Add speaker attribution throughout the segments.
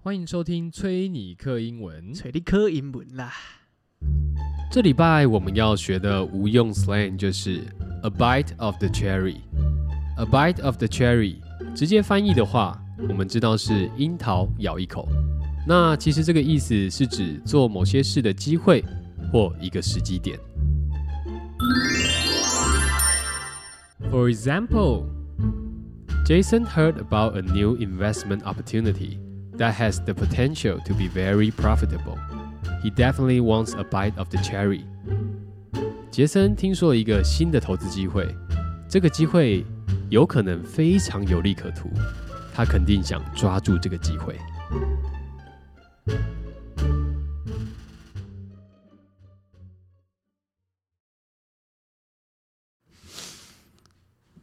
Speaker 1: 欢迎收听崔尼克英文。
Speaker 2: 找你考英文啦。
Speaker 1: 这礼拜我们要学的无用 slang 就是 a bite of the cherry。a bite of the cherry，直接翻译的话，我们知道是樱桃咬一口。那其实这个意思是指做某些事的机会或一个时机点。For example, Jason heard about a new investment opportunity that has the potential to be very profitable. He definitely wants a bite of the cherry. 杰森听说了一个新的投资机会，这个机会有可能非常有利可图，他肯定想抓住这个机会。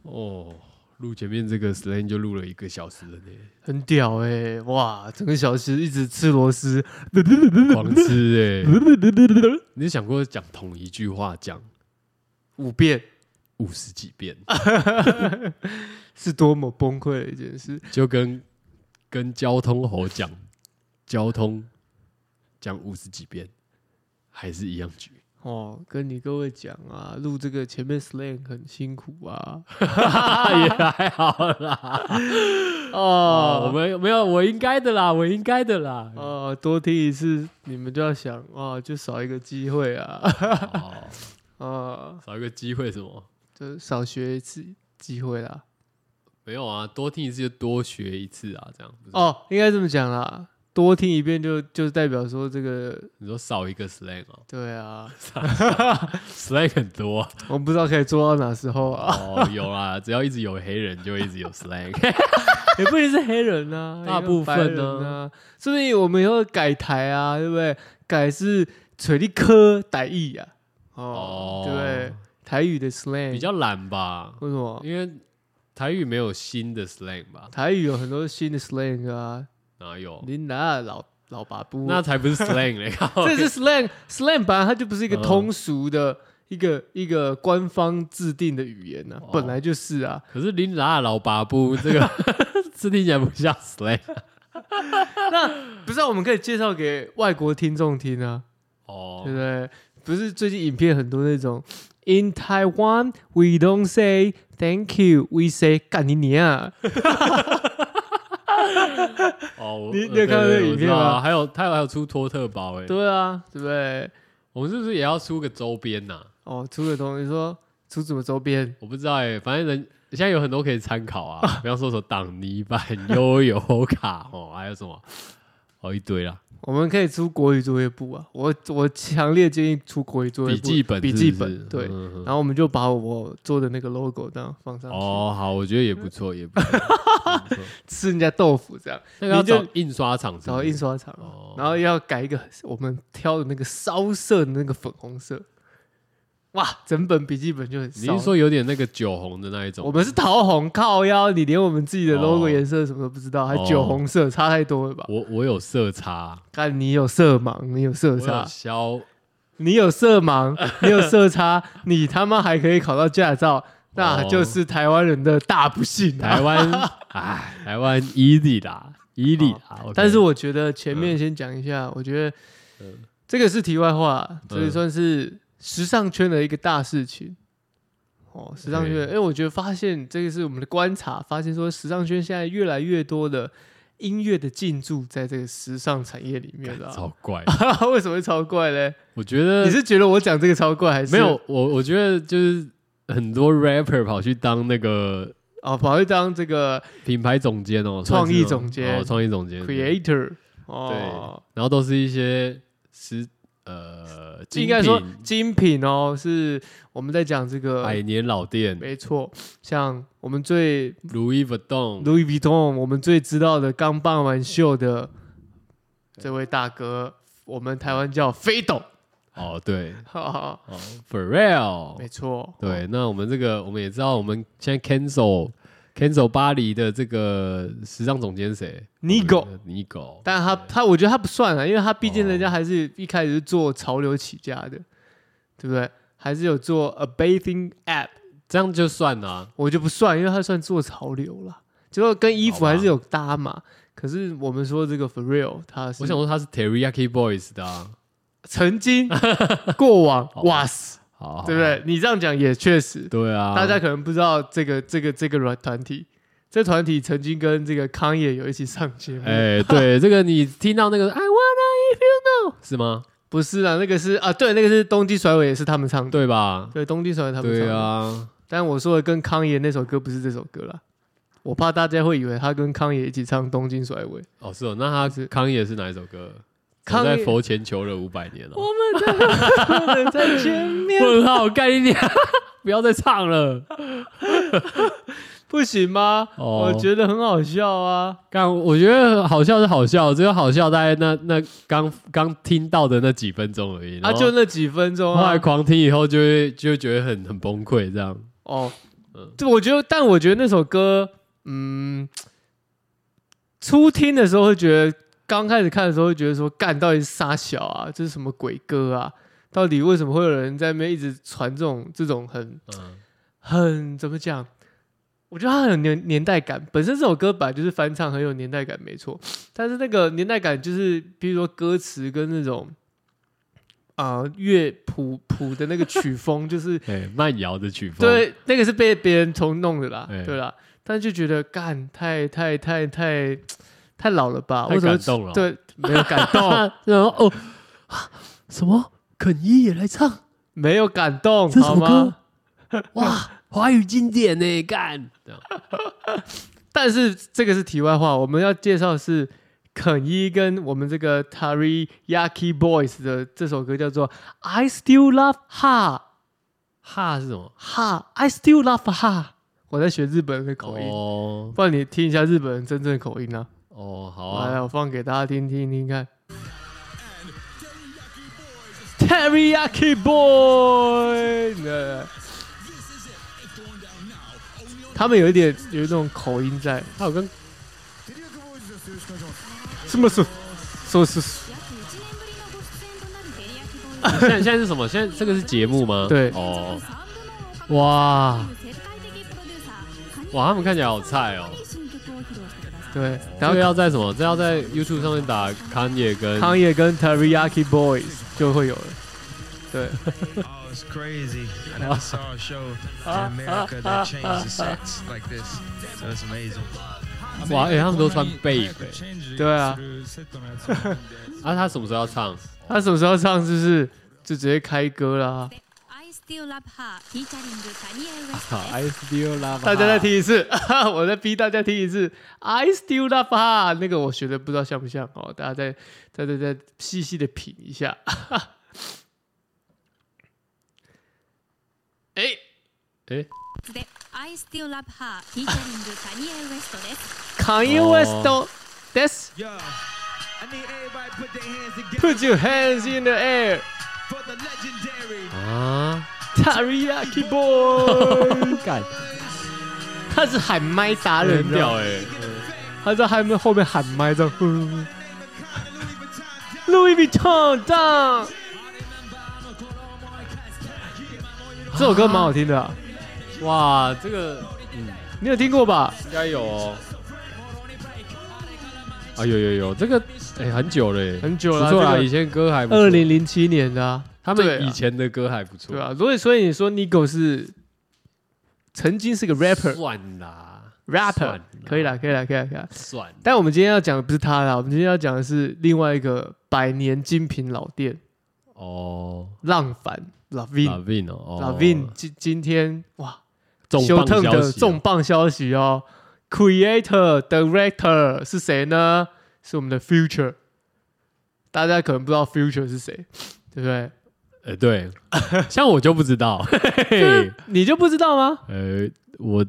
Speaker 1: 哦，录前面这个 slang 就录了一个小时了呢，
Speaker 2: 很屌哎、哇！整个小时一直吃螺丝，
Speaker 1: 狂吃哎、你想过讲同一句话讲
Speaker 2: 五遍
Speaker 1: 五十几遍，
Speaker 2: 是多么崩溃的一件事。
Speaker 1: 就跟跟交通吼讲交通讲五十几遍，还是一样句。
Speaker 2: 哦，跟你各位讲啊，录这个前面 slang 很辛苦啊。
Speaker 1: 也还好啦，哦，我
Speaker 2: 哦
Speaker 1: 们没有，我应该的啦，我应该的啦。
Speaker 2: 哦，多听一次，你们就要想哦，就少一个机会啊。
Speaker 1: 哦，
Speaker 2: 哦，
Speaker 1: 少一个机会什么？
Speaker 2: 就少学一次机会啦。
Speaker 1: 没有啊，多听一次就多学一次啊，这样。不是
Speaker 2: 哦，应该这么讲啦，多听一遍就就代表说这个
Speaker 1: 你说少一个 slang 哦
Speaker 2: 对啊，
Speaker 1: ，slang 很多啊
Speaker 2: 我不知道可以做到哪时候啊。
Speaker 1: 哦，有啦，只要一直有黑人，就会一直有 slang。
Speaker 2: 也不一定是黑人呐、啊，
Speaker 1: 大部分啊
Speaker 2: 也有白人啊，所以我们以后改台啊，对不对？改是垂立科台语啊，哦，对不对？台语的 slang
Speaker 1: 比较懒吧，
Speaker 2: 为什么？
Speaker 1: 因为台语没有新的 slang 吧？
Speaker 2: 台语有很多新的 slang 啊，
Speaker 1: 哪有？
Speaker 2: 你哪老老把布？
Speaker 1: 哦那才不是 slang 嘞！靠
Speaker 2: 这是 slang slang 本来它就不是一个
Speaker 1: 嗯
Speaker 2: 通俗的。一个一个官方制定的语言呢、啊
Speaker 1: 哦，
Speaker 2: 本来就是啊，
Speaker 1: 可是林拉老八 布这个是听起来不像 slang
Speaker 2: 不是、啊、我们可以介绍给外国听众听啊。
Speaker 1: 哦
Speaker 2: 对不对？不是最近影片很多那种，In Taiwan we don't say thank you, we say 干你娘啊！
Speaker 1: 哦，我
Speaker 2: 你
Speaker 1: 呃
Speaker 2: 你有看到
Speaker 1: 对对
Speaker 2: 那
Speaker 1: 对
Speaker 2: 影
Speaker 1: 我知
Speaker 2: 片
Speaker 1: 道啊
Speaker 2: 吗
Speaker 1: 还有他有还有出托特包哎，
Speaker 2: 对啊，对不对？
Speaker 1: 我们是不是也要出个周边呐？
Speaker 2: 哦，出个东西说出什么周边？
Speaker 1: 我不知道哎，反正人现在有很多可以参考 啊，比方说什么挡泥板、 悠游卡哦，还有什么哦一堆啦，
Speaker 2: 我们可以出国语作业簿啊！我我强烈建议出国语作业
Speaker 1: 笔
Speaker 2: 簿
Speaker 1: 记本
Speaker 2: 笔
Speaker 1: 是
Speaker 2: 记
Speaker 1: 不是
Speaker 2: 本对。
Speaker 1: 嗯嗯
Speaker 2: 然后我们就把我做的那个 logo 这样放上去，
Speaker 1: 哦，好，我觉得也不错，也不 错。也不错
Speaker 2: 吃人家豆腐这样，
Speaker 1: 那个要
Speaker 2: 你就
Speaker 1: 找印刷厂是不是，
Speaker 2: 找印刷厂啊、
Speaker 1: 哦
Speaker 2: 然后要改一个我们挑的那个烧色的那个粉红色，哇，整本笔记本就很
Speaker 1: 你
Speaker 2: 烧。
Speaker 1: 是说有点那个酒红的那一种？
Speaker 2: 我们是桃红靠腰，你连我们自己的
Speaker 1: 哦
Speaker 2: logo 颜色什么都不知道，还
Speaker 1: 哦
Speaker 2: 酒红色，差太多了吧？
Speaker 1: 我我有色差，啊
Speaker 2: 看你有色盲，你有色
Speaker 1: 我有
Speaker 2: 差，
Speaker 1: 消
Speaker 2: 你有 色盲，你有色差，你他妈还可以考到驾照，那
Speaker 1: 哦
Speaker 2: 就是台湾人的大不幸啊！
Speaker 1: 台 湾，哎，台湾 easy 啦，easy 啦。OK
Speaker 2: 哦但是我觉得前面先讲一下，我觉得
Speaker 1: 嗯
Speaker 2: 这个是题外话，
Speaker 1: 嗯
Speaker 2: 这个算是时尚圈的一个大事情。哦，时尚圈，
Speaker 1: 对
Speaker 2: 因为我觉得发现这个是我们的观察，发现说时尚圈现在越来越多的音乐的进驻在这个时尚产业里面了、
Speaker 1: 超怪，
Speaker 2: 啊。 为什么会超怪嘞？
Speaker 1: 我觉得
Speaker 2: 你是觉得我讲这个超怪还是
Speaker 1: 没有我，我觉得就是很多 rapper 跑去当那个
Speaker 2: 哦，跑去当这个
Speaker 1: 品牌总监哦，
Speaker 2: 创
Speaker 1: 算是
Speaker 2: 意
Speaker 1: 吗
Speaker 2: 总监
Speaker 1: 哦，创意总监
Speaker 2: creator
Speaker 1: 对
Speaker 2: 哦，，
Speaker 1: 然后都是一些时呃，
Speaker 2: 应该说
Speaker 1: 精品
Speaker 2: 精品哦，是我们在讲这个
Speaker 1: 百年老店
Speaker 2: 没错，像我们最
Speaker 1: Louis Vuitton，
Speaker 2: Louis Vuitton，我们最知道的刚办完秀的这位大哥，我们台湾叫飞董，
Speaker 1: 哦，对，
Speaker 2: 哈哈，
Speaker 1: 哦，Pharrell，
Speaker 2: 没错，
Speaker 1: 哦对，那我们这个我们也知道，我们现在 cancel cancel 巴黎的这个时尚总监是谁
Speaker 2: Nigo
Speaker 1: 尼狗，
Speaker 2: 但他他我觉得他不算啊，因为他毕竟
Speaker 1: 哦
Speaker 2: 人家还是一开始是做潮流起家的，对不对？还是有做 a bathing app，
Speaker 1: 这样就算了啊、
Speaker 2: 我就不算，因为他算做潮流啦，结果跟衣服还是有搭嘛。可是我们说这个 for real，他是
Speaker 1: 我想说他是 Teriyaki Boys 的、啊，
Speaker 2: 曾经 过往
Speaker 1: 好
Speaker 2: 哇塞，
Speaker 1: 好，好
Speaker 2: 对不？对？你这样讲也确实，
Speaker 1: 哦对啊，
Speaker 2: 大家可能不知道这个这个这个软团体，这团体曾经跟这个康也有一起上节目，
Speaker 1: 哎、 对，这个你听到那个 I wanna if you know 是吗？
Speaker 2: 不是啊，那个是啊，对，那个是冬季甩尾也是他们唱的，
Speaker 1: 对吧？
Speaker 2: 对，冬季甩尾他们唱
Speaker 1: 对
Speaker 2: 的，
Speaker 1: 啊，
Speaker 2: 但我说的跟康也那首歌不是这首歌啦，我怕大家会以为他跟康也一起唱《东京甩尾》。
Speaker 1: 哦是哦，那他
Speaker 2: 是
Speaker 1: 康也是哪一首歌？
Speaker 2: 康
Speaker 1: 我在
Speaker 2: 也
Speaker 1: 佛前求了五百年了、
Speaker 2: 我 们再见面，
Speaker 1: 问号干一点， 不要再唱了。
Speaker 2: 不行吗？
Speaker 1: 哦
Speaker 2: 我觉得很好笑啊。
Speaker 1: 干，我觉得好笑是好笑，只有好笑大概那那刚刚听到的那几分钟而已。
Speaker 2: 啊，
Speaker 1: 然后
Speaker 2: 就那几分钟
Speaker 1: 后来
Speaker 2: 啊。
Speaker 1: 狂听以后就会就会觉得很很崩溃这样。
Speaker 2: 哦
Speaker 1: 嗯，
Speaker 2: 这我觉得，但我觉得那首歌，嗯，初听的时候会觉得，刚开始看的时候会觉得说，干到底是啥小啊？这是什么鬼歌啊？到底为什么会有人在那边一直传这种这种很
Speaker 1: 嗯，
Speaker 2: 很怎么讲？我觉得它很有年年代感，本身这首歌本来就是翻唱，很有年代感，没错。但是那个年代感就是，比如说歌词跟那种啊乐谱谱的那个曲风，就是
Speaker 1: 哎、慢摇的曲风。，
Speaker 2: 对，那个是被别人重弄的啦，
Speaker 1: 哎
Speaker 2: 对啦。但就觉得干太太太太太老了吧？
Speaker 1: 太
Speaker 2: 为什么
Speaker 1: 感动了
Speaker 2: 对，没有感 动，
Speaker 1: 啊，然后哦、啊什么肯一也来 唱，
Speaker 2: 没有感动，
Speaker 1: 这
Speaker 2: 好
Speaker 1: 首歌
Speaker 2: 吗？
Speaker 1: 哇，华语经典呢，干。这样
Speaker 2: 但是这个是题外话，我们要介绍的是肯一跟我们这个 Tariyaki Boys 的这首歌叫做《I Still Love Ha
Speaker 1: 哈是什么？
Speaker 2: Ha I Still Love Ha》，我在学日本人的口音，
Speaker 1: 哦
Speaker 2: 不然你听一下日本人真正的口音啊！
Speaker 1: 哦，好
Speaker 2: 来，
Speaker 1: 啊，
Speaker 2: 我放给大家听听听看。Teriyaki Boy，对他们有一点有一种口音在，
Speaker 1: 他有跟
Speaker 2: 什么是？说是
Speaker 1: 现在现在是什么？现在这个是节目吗？
Speaker 2: 对
Speaker 1: 哦，
Speaker 3: 哇
Speaker 1: 哇，
Speaker 3: 哇，
Speaker 1: 他们看起来好菜哦。
Speaker 2: 对，然
Speaker 1: 这
Speaker 2: 后
Speaker 1: 个要在什么？这要在 YouTube 上面打 Kanye 跟
Speaker 2: 康也跟 Teriyaki Boys 就会有了。对，
Speaker 4: Oh, it's crazy. I never saw a show in America that changed the sets like this. So it's amazing.
Speaker 1: 哇，哎、他们都穿 Babe，、欸、
Speaker 2: 对啊。
Speaker 1: 啊，他什么时候要唱？
Speaker 2: 他什么时候上是不是就直接开歌啦？
Speaker 1: 好，I 啊 still love，
Speaker 2: 大家再听一次， 我再逼大家听一次。I still love her，那个我学的不知道像不像哦，大家再再再再细细的品一下。 哎、
Speaker 1: 哎、
Speaker 2: Kanye
Speaker 1: 哦
Speaker 2: West，、That's
Speaker 4: Yo, I need everybody to put their hands together
Speaker 2: put your hands in the air,
Speaker 4: for the legendary.
Speaker 1: 啊，
Speaker 2: Teriyaki Boy。
Speaker 1: 干，
Speaker 2: 他是喊麦达人，哦
Speaker 1: 很
Speaker 2: 你知道
Speaker 1: 屌
Speaker 2: 吗
Speaker 1: 哎、
Speaker 2: 他在后面后面喊麦这样。嗯 Louis Vuitton 这样这首歌蛮好听的、啊，
Speaker 1: 哇，这个嗯，
Speaker 2: 你有听过吧？
Speaker 1: 应该有哦。啊，有有有，这个哎、很久了、欸，
Speaker 2: 很久了啊
Speaker 1: 不错啦，
Speaker 2: 这个
Speaker 1: 以前歌还不错
Speaker 2: 二零零七年的、啊，
Speaker 1: 他
Speaker 2: 对
Speaker 1: 们
Speaker 2: 啊
Speaker 1: 以前的歌还不错，
Speaker 2: 对啊，所以所以你说 Nigo 是曾经是个 rapper，rapper
Speaker 1: 算啦算啦
Speaker 2: 可以啦，可以啦，可以啦，可以啦。
Speaker 1: 算
Speaker 2: 但我们今天要讲的不是他啦，我们今天要讲的是另外一个百年精品老店
Speaker 1: 哦。
Speaker 2: 浪凡 Lavin
Speaker 1: Lavin 哦
Speaker 2: Lavin 今今天哇，
Speaker 1: 重
Speaker 2: 休
Speaker 1: 磅
Speaker 2: 特
Speaker 1: 消息
Speaker 2: 的
Speaker 1: 哦
Speaker 2: 重磅消息哦，Creator Director 是谁呢？是我们的 Future，大家可能不知道 Future 是谁，对不对？
Speaker 1: 呃， 对，像我就不知道，嘿嘿
Speaker 2: 你就不知道吗？
Speaker 1: 呃，我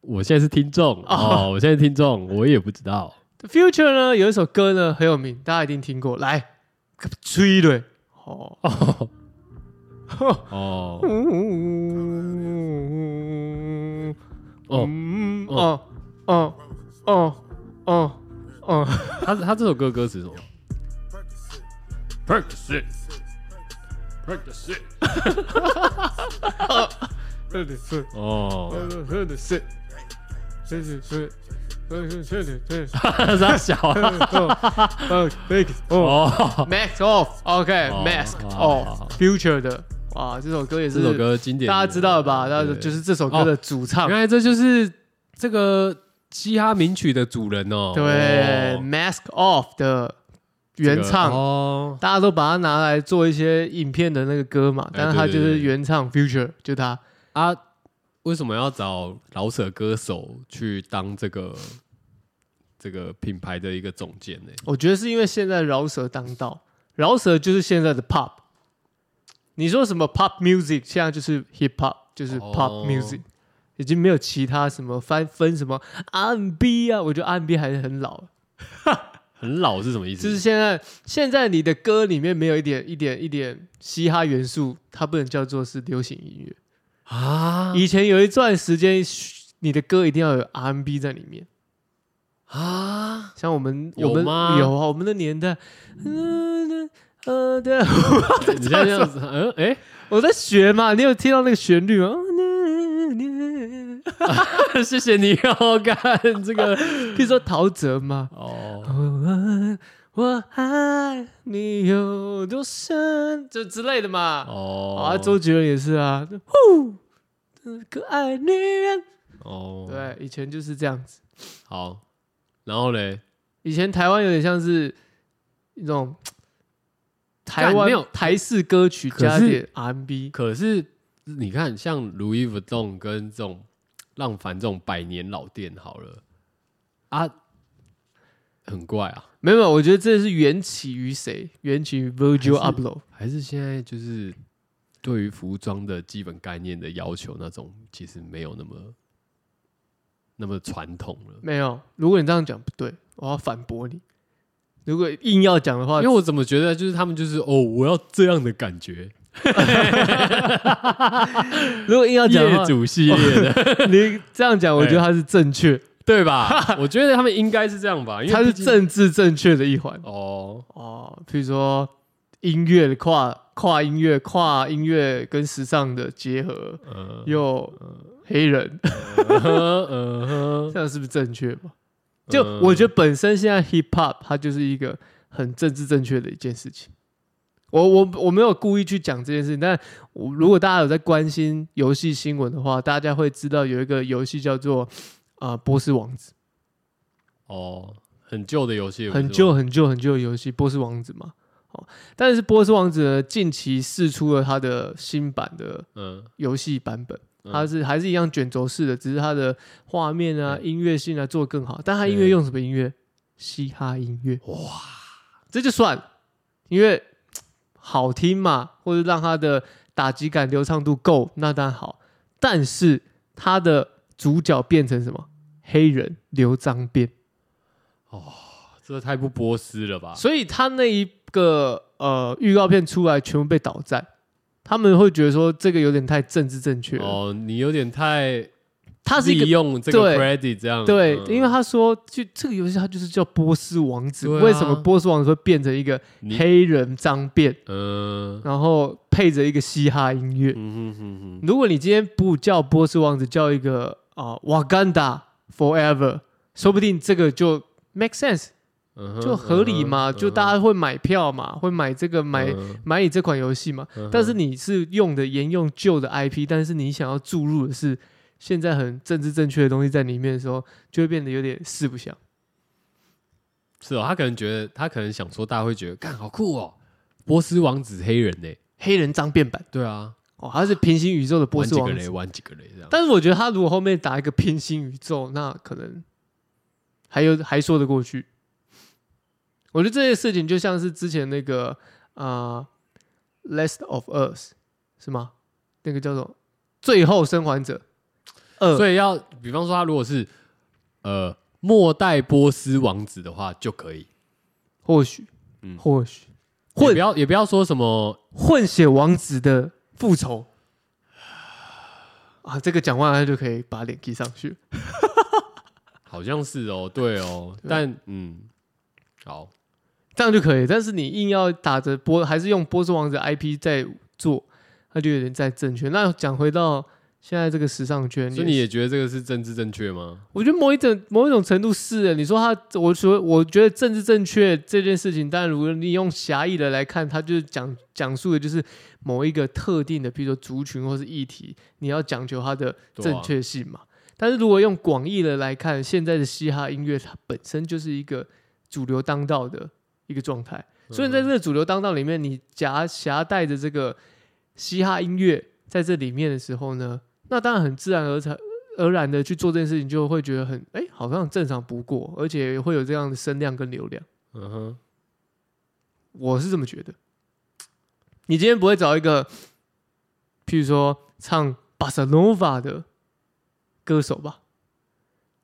Speaker 1: 我现在是听众哦，我现在是听众，我也不知道
Speaker 2: Future 呢有一首歌呢很有名，大家一定听过，来吹对 哦，
Speaker 1: 哦哦
Speaker 2: 嗯
Speaker 1: 哦，
Speaker 2: 哦哦哦哦 哦，
Speaker 1: 他他这首歌歌词是什么？Practice it, practice it，
Speaker 2: 喝的是，
Speaker 1: 哦，
Speaker 2: 喝的是，是是是，
Speaker 1: 傻小 啊
Speaker 2: 哦
Speaker 1: 哦，
Speaker 2: ，Mask
Speaker 1: Oh，
Speaker 2: Off，OK，Mask
Speaker 1: 哦
Speaker 2: Off，Future 的，哇，这首歌也是
Speaker 1: 这首歌经典，
Speaker 2: 大家知道了吧？大家
Speaker 1: 对哦
Speaker 2: 就是这首歌的主唱
Speaker 1: 原，来这就是这个嘻哈名曲的主人哦。
Speaker 2: 对
Speaker 1: 哦
Speaker 2: ，Mask Off 的原
Speaker 1: 这个
Speaker 2: 唱，
Speaker 1: 哦，
Speaker 2: 大家都把它拿来做一些影片的那个歌嘛，
Speaker 1: 哎
Speaker 2: 但是它就
Speaker 1: 对对
Speaker 2: 是
Speaker 1: 对
Speaker 2: 原唱 Future，就他，
Speaker 1: 啊，为什么要找老舍歌手去当这个这个品牌的一个总监呢？
Speaker 2: 我觉得是因为现在饶舌当道，饶舌就是现在的 pop。你说什么 pop music，现在就是 hip hop，就是
Speaker 1: 哦
Speaker 2: pop music，、已经没有其他什么翻分什么 R&B 啊，我觉得 R&B 还是很老了，
Speaker 1: 很老是什么意思？
Speaker 2: 就是现在现在你的歌里面没有一点一点一点嘻哈元素，它不能叫做是流行音乐。
Speaker 1: 啊
Speaker 2: 以前有一段时间，你的歌一定要有 R&B 在里面。
Speaker 1: 啊，
Speaker 2: 像我们
Speaker 1: 有
Speaker 2: 我们
Speaker 1: 吗
Speaker 2: 有啊，我们的年代，嗯呃对，
Speaker 1: 你现在这样子，嗯，哎，
Speaker 2: 我在学嘛，你有听到那个旋律吗？
Speaker 1: 谢谢你哦，干这个
Speaker 2: 譬如说陶喆嘛，
Speaker 1: 哦，
Speaker 2: 我我爱你有多深，就之类的嘛。
Speaker 1: 哦，
Speaker 2: 啊，周杰伦也是啊，就呼，可爱女人。
Speaker 1: 哦，，
Speaker 2: 对，以前就是这样子。
Speaker 1: 好，然后嘞，
Speaker 2: 以前台湾有点像是一种台
Speaker 1: 干
Speaker 2: 湾
Speaker 1: 没有
Speaker 2: 台式歌曲
Speaker 1: 可
Speaker 2: 加
Speaker 1: 是
Speaker 2: 点 R&B，
Speaker 1: 可是你看，像 Louis Vuitton 跟这种浪凡这种百年老店，好了啊，很怪啊，
Speaker 2: 没有，没有，我觉得这是缘起于谁？缘起于 Virgil
Speaker 1: 还是
Speaker 2: Abloh。
Speaker 1: 还是现在就是对于服装的基本概念的要求，那种其实没有那么那么传统了。
Speaker 2: 没有，如果你这样讲不对，我要反驳你。如果硬要讲的话，
Speaker 1: 因为我怎么觉得就是他们就是哦，我要这样的感觉，
Speaker 2: 如果硬要讲的
Speaker 1: 业
Speaker 2: 话，哦
Speaker 1: 主系列的，
Speaker 2: 你这样讲，我觉得它是正确，
Speaker 1: 对吧？我觉得他们应该是这样吧，因为
Speaker 2: 它是
Speaker 1: 毕竟
Speaker 2: 政治正确的一环
Speaker 1: 哦，
Speaker 2: 哦。譬如说音乐的跨跨音乐、跨音乐跟时尚的结合，
Speaker 1: 呃，
Speaker 2: 又黑人，
Speaker 1: 嗯哼嗯哼
Speaker 2: 这样是不是正确嘛？ 就
Speaker 1: 嗯
Speaker 2: 我觉得本身现在 hip hop 它就是一个很政治正确的一件事情。我我我没有故意去讲这件事情，但我如果大家有在关心游戏新闻的话，大家会知道有一个游戏叫做啊、呃波斯王子》，
Speaker 1: 哦，很旧的游戏，
Speaker 2: 很
Speaker 1: 不是吗
Speaker 2: 旧很旧很旧的游戏《波斯王子》嘛。哦，但是《波斯王子》呢，近期试出了它的新版的
Speaker 1: 嗯，
Speaker 2: 游戏版本，
Speaker 1: 嗯
Speaker 2: 它是还是一样卷轴式的，只是它的画面啊、
Speaker 1: 嗯
Speaker 2: 音乐性啊做得更好。但它音乐
Speaker 1: 对
Speaker 2: 用什么音乐？嘻哈音乐，哇，这就算了，因为嘖好听嘛，或者让它的打击感、流畅度够，那当然好。但是它的主角变成什么？黑人刘脏辫，
Speaker 1: 这太不波斯了吧？
Speaker 2: 所以他那一个呃预告片出来，全部被倒站。他们会觉得说这个有点太政治正确了，
Speaker 1: 哦，你有点太
Speaker 2: 它是一个
Speaker 1: 利用这个
Speaker 2: 对
Speaker 1: credit 这样，
Speaker 2: 对，
Speaker 1: 嗯
Speaker 2: 因为他说，就这个游戏它就是叫波斯王子，
Speaker 1: 对啊
Speaker 2: 为什么波斯王子会变成一个
Speaker 1: 你
Speaker 2: 黑人脏辫，
Speaker 1: 嗯
Speaker 2: 然后配着一个嘻哈音乐？
Speaker 1: 嗯哼哼哼，
Speaker 2: 如果你今天不叫波斯王子，叫一个啊、瓦干达 Forever，说不定这个就 make sense，
Speaker 1: 嗯哼嗯
Speaker 2: 就合理嘛，就大
Speaker 1: 家
Speaker 2: 家会买票嘛，会买这个买。买你这款游戏嘛，
Speaker 1: 嗯
Speaker 2: 但是你是用的沿用旧的 IP，但是你想要注入的是现在很政治正确的东西在里面的时候，就会变得有点四不像。
Speaker 1: 是哦，他可能觉得他可能想说，大家会觉得干好酷哦，波斯王子黑人呢？
Speaker 2: 黑人脏辫版
Speaker 1: 对啊，
Speaker 2: 哦，他是平行宇宙的波
Speaker 1: 玩
Speaker 2: 斯
Speaker 1: 几
Speaker 2: 王
Speaker 1: 个
Speaker 2: 子
Speaker 1: 雷，啊玩几个雷这样，
Speaker 2: 但是我觉得他如果后面打一个平行宇宙，那可能还有还说得过去。我觉得这些事情就像是之前那个啊，呃《Last of Us》是吗？那个叫做《最后生还者二》
Speaker 1: 所以要比方说他如果是呃末代波斯王子的话就可以，
Speaker 2: 或许，
Speaker 1: 嗯
Speaker 2: 或许
Speaker 1: 也
Speaker 2: 混
Speaker 1: 不要也不要说什么
Speaker 2: 混血王子的复仇啊，这个讲完他就可以把脸踢上去。
Speaker 1: 好像是哦，对哦，但嗯，好，
Speaker 2: 这样就可以。但是你硬要打着波，还是用波斯王子 IP 在做，那就有点在正确。那讲回到现在这个时尚圈，
Speaker 1: 所以你也觉得这个是政治正确吗？
Speaker 2: 我觉得某一种某一种程度是欸，你说他，我所我觉得政治正确这件事情，但如果你用狭义的来看，它就是讲讲述的就是某一个特定的，比如说族群或是议题，你要讲求它的
Speaker 1: 对啊
Speaker 2: 正确性嘛。但是如果用广义的来看，现在的嘻哈音乐它本身就是一个主流当道的一个状态，所以在这个主流当道里面，你夹夹带着这个嘻哈音乐在这里面的时候呢，那当然很自然而才而然的去做这件事情，就会觉得很哎、好像正常不过，而且会有这样的声量跟流量，
Speaker 1: 嗯哼，
Speaker 2: 我是这么觉得。你今天不会找一个，譬如说唱巴 o 诺 a 的歌手吧？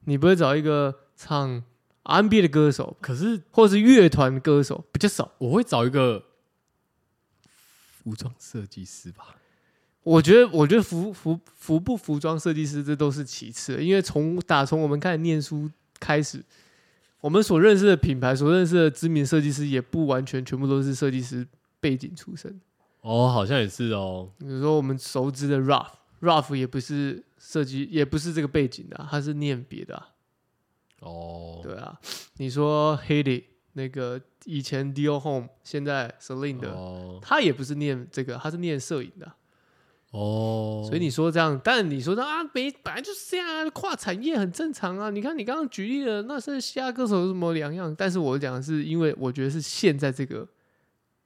Speaker 2: 你不会找一个唱 R&B 的歌手，
Speaker 1: 可是
Speaker 2: 或者是乐团歌手比较少。
Speaker 1: 我会找一个服装设计师吧。
Speaker 2: 我觉得，我觉得服服服不服装设计师这都是其次的，因为从打从我们开始念书开始，我们所认识的品牌、所认识的知名设计师，也不完全全部都是设计师背景出身。
Speaker 1: 哦，好像也是哦。
Speaker 2: 比如说我们熟知的 Ralph。Ralph 也不是设计，也不是这个背景的啊、他是念别的、啊，
Speaker 1: 哦，
Speaker 2: 对啊。你说 Haley 那个以前 Dior Home，现在 Celine 的，
Speaker 1: 哦
Speaker 2: 他也不是念这个，他是念摄影的啊、
Speaker 1: 哦，
Speaker 2: 所以你说这样，但你说这样啊，没本来就是这样啊，跨产业很正常啊。你看你刚刚举例了，那是嘻哈歌手有什么两样？但是我讲的是，因为我觉得是现在这个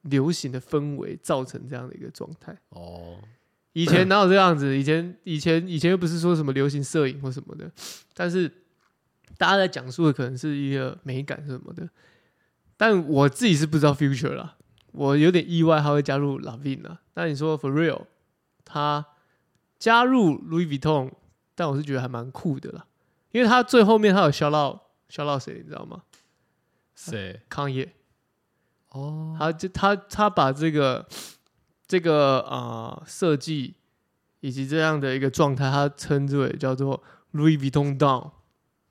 Speaker 2: 流行的氛围造成这样的一个状态。
Speaker 1: 哦，
Speaker 2: 啊以前哪有这样子？以前以前以前又不是说什么流行摄影或什么的，但是大家在讲述的可能是一个美感什么的。但我自己是不知道 future 啦，我有点意外他会加入 Lavin 啊。那你说 For Real，他加入 Louis Vuitton，但我是觉得还蛮酷的啦，因为他最后面他有 shout out shout out 谁你知道吗？
Speaker 1: 谁？
Speaker 2: 康也，
Speaker 1: 哦，
Speaker 2: 他就他他把这个这个啊设计以及这样的一个状态，他称之为叫做 Louis Vuitton Down。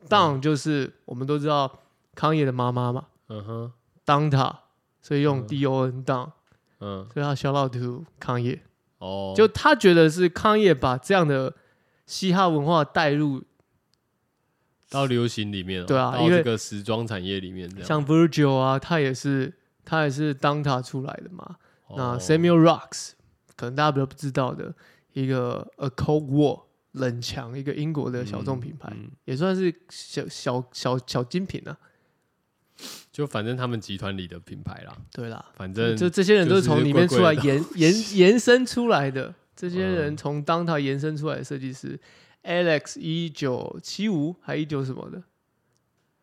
Speaker 2: Down 就是我们都知道康也的妈妈嘛
Speaker 1: 嗯哼，
Speaker 2: ，Down 塔，所以用
Speaker 1: 嗯
Speaker 2: D O N Down，、
Speaker 1: 嗯，
Speaker 2: 所以他 shout out to 康也。
Speaker 1: 哦，
Speaker 2: 就他觉得是康也把这样的嘻哈文化带入，
Speaker 1: 到流行里面哦，
Speaker 2: 对啊
Speaker 1: 到
Speaker 2: 因为
Speaker 1: 这个时装产业里面这样。
Speaker 2: 像 Virgil 啊，他也是他也是 Down 塔出来的嘛。那
Speaker 1: 哦
Speaker 2: Samuel Rocks 可能大家比较不知道的一个 A Cold War 冷墙，一个英国的小众品牌，
Speaker 1: 嗯嗯
Speaker 2: 也算是小小小小精品啊。
Speaker 1: 就反正他们集团里的品牌啦，
Speaker 2: 对啦，
Speaker 1: 反正
Speaker 2: 就这些人都是从里面出来
Speaker 1: 就是
Speaker 2: 延延延伸出来的，这些
Speaker 1: 嗯
Speaker 2: 人从当套延伸出来的设计师、Alex 一九七五还一九什么的，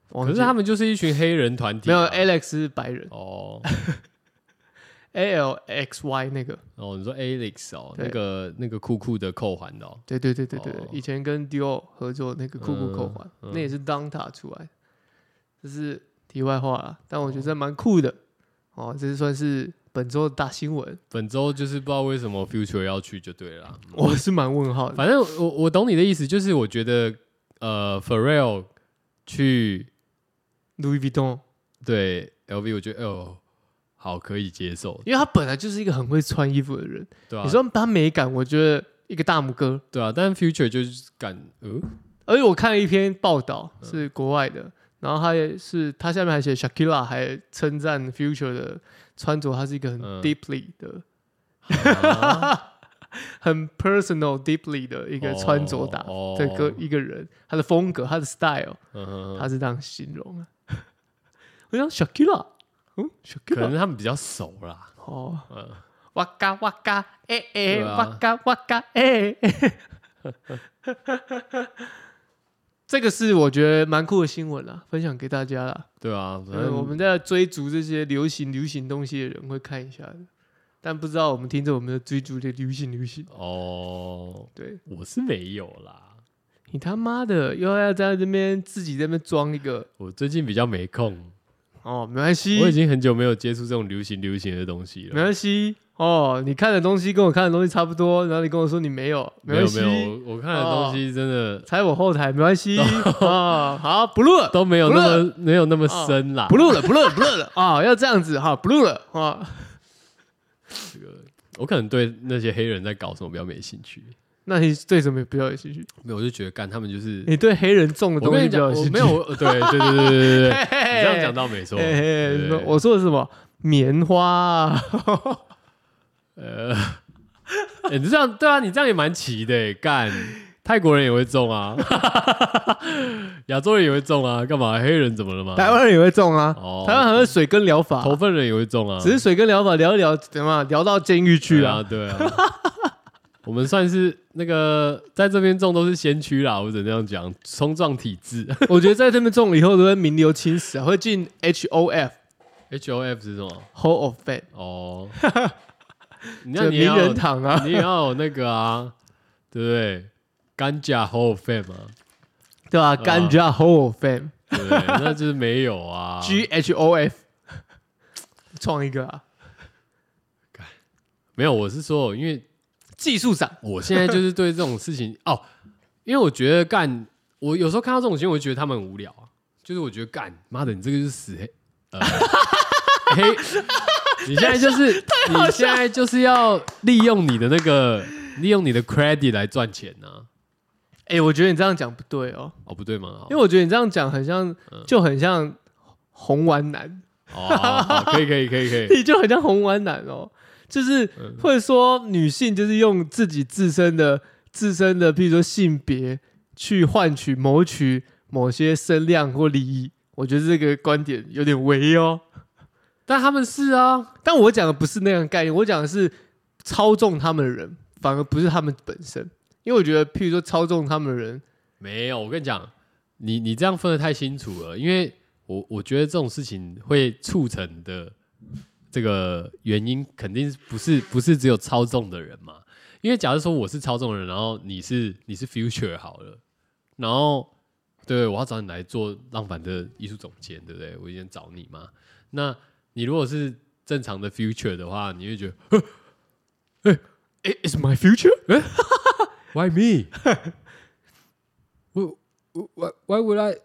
Speaker 2: 忘
Speaker 1: 可是
Speaker 2: 记了
Speaker 1: 他们就是一群黑人团体
Speaker 2: 没有
Speaker 1: 啊，
Speaker 2: Alex 是白人
Speaker 1: 哦
Speaker 2: ，A L X Y 那个，
Speaker 1: 哦，你说 Alex 哦，
Speaker 2: 对
Speaker 1: 那个那个酷酷的扣环的哦，
Speaker 2: 对对对对对，
Speaker 1: 哦
Speaker 2: 以前跟 Dior 合作那个酷酷扣环，
Speaker 1: 嗯嗯
Speaker 2: 那也是 Danta 出来的，这是题外话啦。但我觉得这蛮酷的哦，这是算是本周的大新闻，
Speaker 1: 本周就是不知道为什么 Future 要去就对了啦，
Speaker 2: 我是蛮问号的。
Speaker 1: 反正我我懂你的意思，就是我觉得呃 Pharrell 去
Speaker 2: Louis Vuitton，
Speaker 1: 对 LV，我觉得哦好可以接受，
Speaker 2: 因为他本来就是一个很会穿衣服的人，
Speaker 1: 对啊，
Speaker 2: 你说他美感，我觉得一个大拇哥。
Speaker 1: 对啊，但 Future 就是敢呃
Speaker 2: 而且我看了一篇报道
Speaker 1: 嗯
Speaker 2: 是国外的，然后他也是他下面还写 Shakira 还称赞 Future 的穿着，他是一个很
Speaker 1: 嗯
Speaker 2: deeply 的。
Speaker 1: 啊
Speaker 2: 很 personal deeply 的一个穿着打
Speaker 1: 哦哦
Speaker 2: 这个一个人，他的风格，他的 style，
Speaker 1: 嗯哼哼
Speaker 2: 他是这样形容的。 我想 Shakira，嗯
Speaker 1: 可能
Speaker 2: ，Shakira，
Speaker 1: 他们比较熟啦，
Speaker 2: 哦
Speaker 1: 嗯，
Speaker 2: 哇嘎哇嘎，哎哎，
Speaker 1: 对啊
Speaker 2: 哇嘎哇嘎，哎。哎 这个是我觉得蛮酷的新闻啦，分享给大家啦。
Speaker 1: 对啊，反
Speaker 2: 嗯，
Speaker 1: 正
Speaker 2: 我们在追逐这些流行流行东西的人会看一下的，但不知道我们听着我们的追逐的流行流行，
Speaker 1: 哦，
Speaker 2: 对，
Speaker 1: 我是没有啦，
Speaker 2: 你他妈的又要在这边自己在那边装一个
Speaker 1: 我最近比较没空，
Speaker 2: 哦，没关系，
Speaker 1: 我已经很久没有接触这种流行流行的东西
Speaker 2: 没
Speaker 1: 了。
Speaker 2: 关系哦。你看的东西跟我看的东西差不多，然后你跟我说你没有，
Speaker 1: 没
Speaker 2: 关
Speaker 1: 有
Speaker 2: 系哦
Speaker 1: 没，有，我我看的东西真的
Speaker 2: 猜我后台没关 系啊。好，不录了，
Speaker 1: 都没有
Speaker 2: 不
Speaker 1: 那
Speaker 2: 录
Speaker 1: 么没有那么深啦
Speaker 2: 不。录了，不录了，不录了啊！要这样子哈，不录了啊。
Speaker 1: 这个我可能对那些黑人在搞什么比较没兴趣。
Speaker 2: 那你对什么比较有兴趣？
Speaker 1: 没有，我就觉得干他们就是，
Speaker 2: 你对黑人种的
Speaker 1: 我
Speaker 2: 东
Speaker 1: 跟
Speaker 2: 西
Speaker 1: 你
Speaker 2: 比
Speaker 1: 讲，
Speaker 2: 较有兴
Speaker 1: 我
Speaker 2: 趣？
Speaker 1: 没有，我对对对对对对对，
Speaker 2: 嘿嘿
Speaker 1: 你这样讲到没错，
Speaker 2: 嘿嘿
Speaker 1: 对
Speaker 2: 什
Speaker 1: 对
Speaker 2: 么
Speaker 1: 对
Speaker 2: 哎我说的是什么？棉花啊、
Speaker 1: 呃， 欸你这样对啊，你这样也蛮奇的欸，干泰国人也会中啊， 亚洲人也会中啊，干嘛？黑人怎么了吗？
Speaker 2: 台湾人也会种啊，
Speaker 1: 哦
Speaker 2: 台湾还会水根疗法、
Speaker 1: 头份人也会中啊，
Speaker 2: 只是水根疗法聊一聊，怎么样聊到监狱去
Speaker 1: 对
Speaker 2: 了、
Speaker 1: 啊，对啊。我们算是那个在这边种都是先驱啦，我只能这样讲，冲撞体制。
Speaker 2: 我觉得在这边种了以后都会名流青史啊，会进 H O F
Speaker 1: H O F 是什么？
Speaker 2: Hall of Fame，
Speaker 1: 哦，
Speaker 2: 这
Speaker 1: 那
Speaker 2: 个
Speaker 1: 你
Speaker 2: 名
Speaker 1: 也要
Speaker 2: 人堂啊。
Speaker 1: 你也要有那个啊，对不对？甘蔗 Hall of Fame 啊，
Speaker 2: 对吧、啊？
Speaker 1: 吧
Speaker 2: 甘蔗 Hall of Fame，G
Speaker 1: 对不对？那就是没有 啊。
Speaker 2: H O F，创一个啊，
Speaker 1: 没有，我是说，因为
Speaker 2: 技术长
Speaker 1: 我现在就是对这种事情哦，因为我觉得干，我有时候看到这种新闻，我就觉得他们很无聊啊。就是我觉得干，妈的，你这个就是死黑，呃， 黑，你现在就是 你现在就是要利用你的那个利用你的 credit 来赚钱呐、啊。
Speaker 2: 哎、我觉得你这样讲不对哦，
Speaker 1: 哦，不对吗？
Speaker 2: 因为我觉得你这样讲很像，就很像红丸男，
Speaker 1: 哦，好好可以可以可以可 以，
Speaker 2: 你就很像红丸男哦，就是
Speaker 1: 嗯
Speaker 2: 会说女性就是用自己自身的自身的，譬如说性别去换取谋取某些声量或利益，我觉得这个观点有点违哦。
Speaker 1: 但他们是啊，
Speaker 2: 但我讲的不是那样概念，我讲的是操纵他们的人，反而不是他们本身。因为我觉得，譬如说操纵他们的人，
Speaker 1: 没有，我跟你讲，你你这样分得太清楚了，因为我我觉得这种事情会促成的这个原因，肯定不是不是只有操纵的人嘛。因为假如说我是操纵的人，然后你是你是 future 好了，然后对我要找你来做浪凡的艺术总监，对不对？我已经找你嘛。那你如果是正常的 future 的话，你会觉得
Speaker 2: 哎，is my future？
Speaker 1: Why me? why, why why would I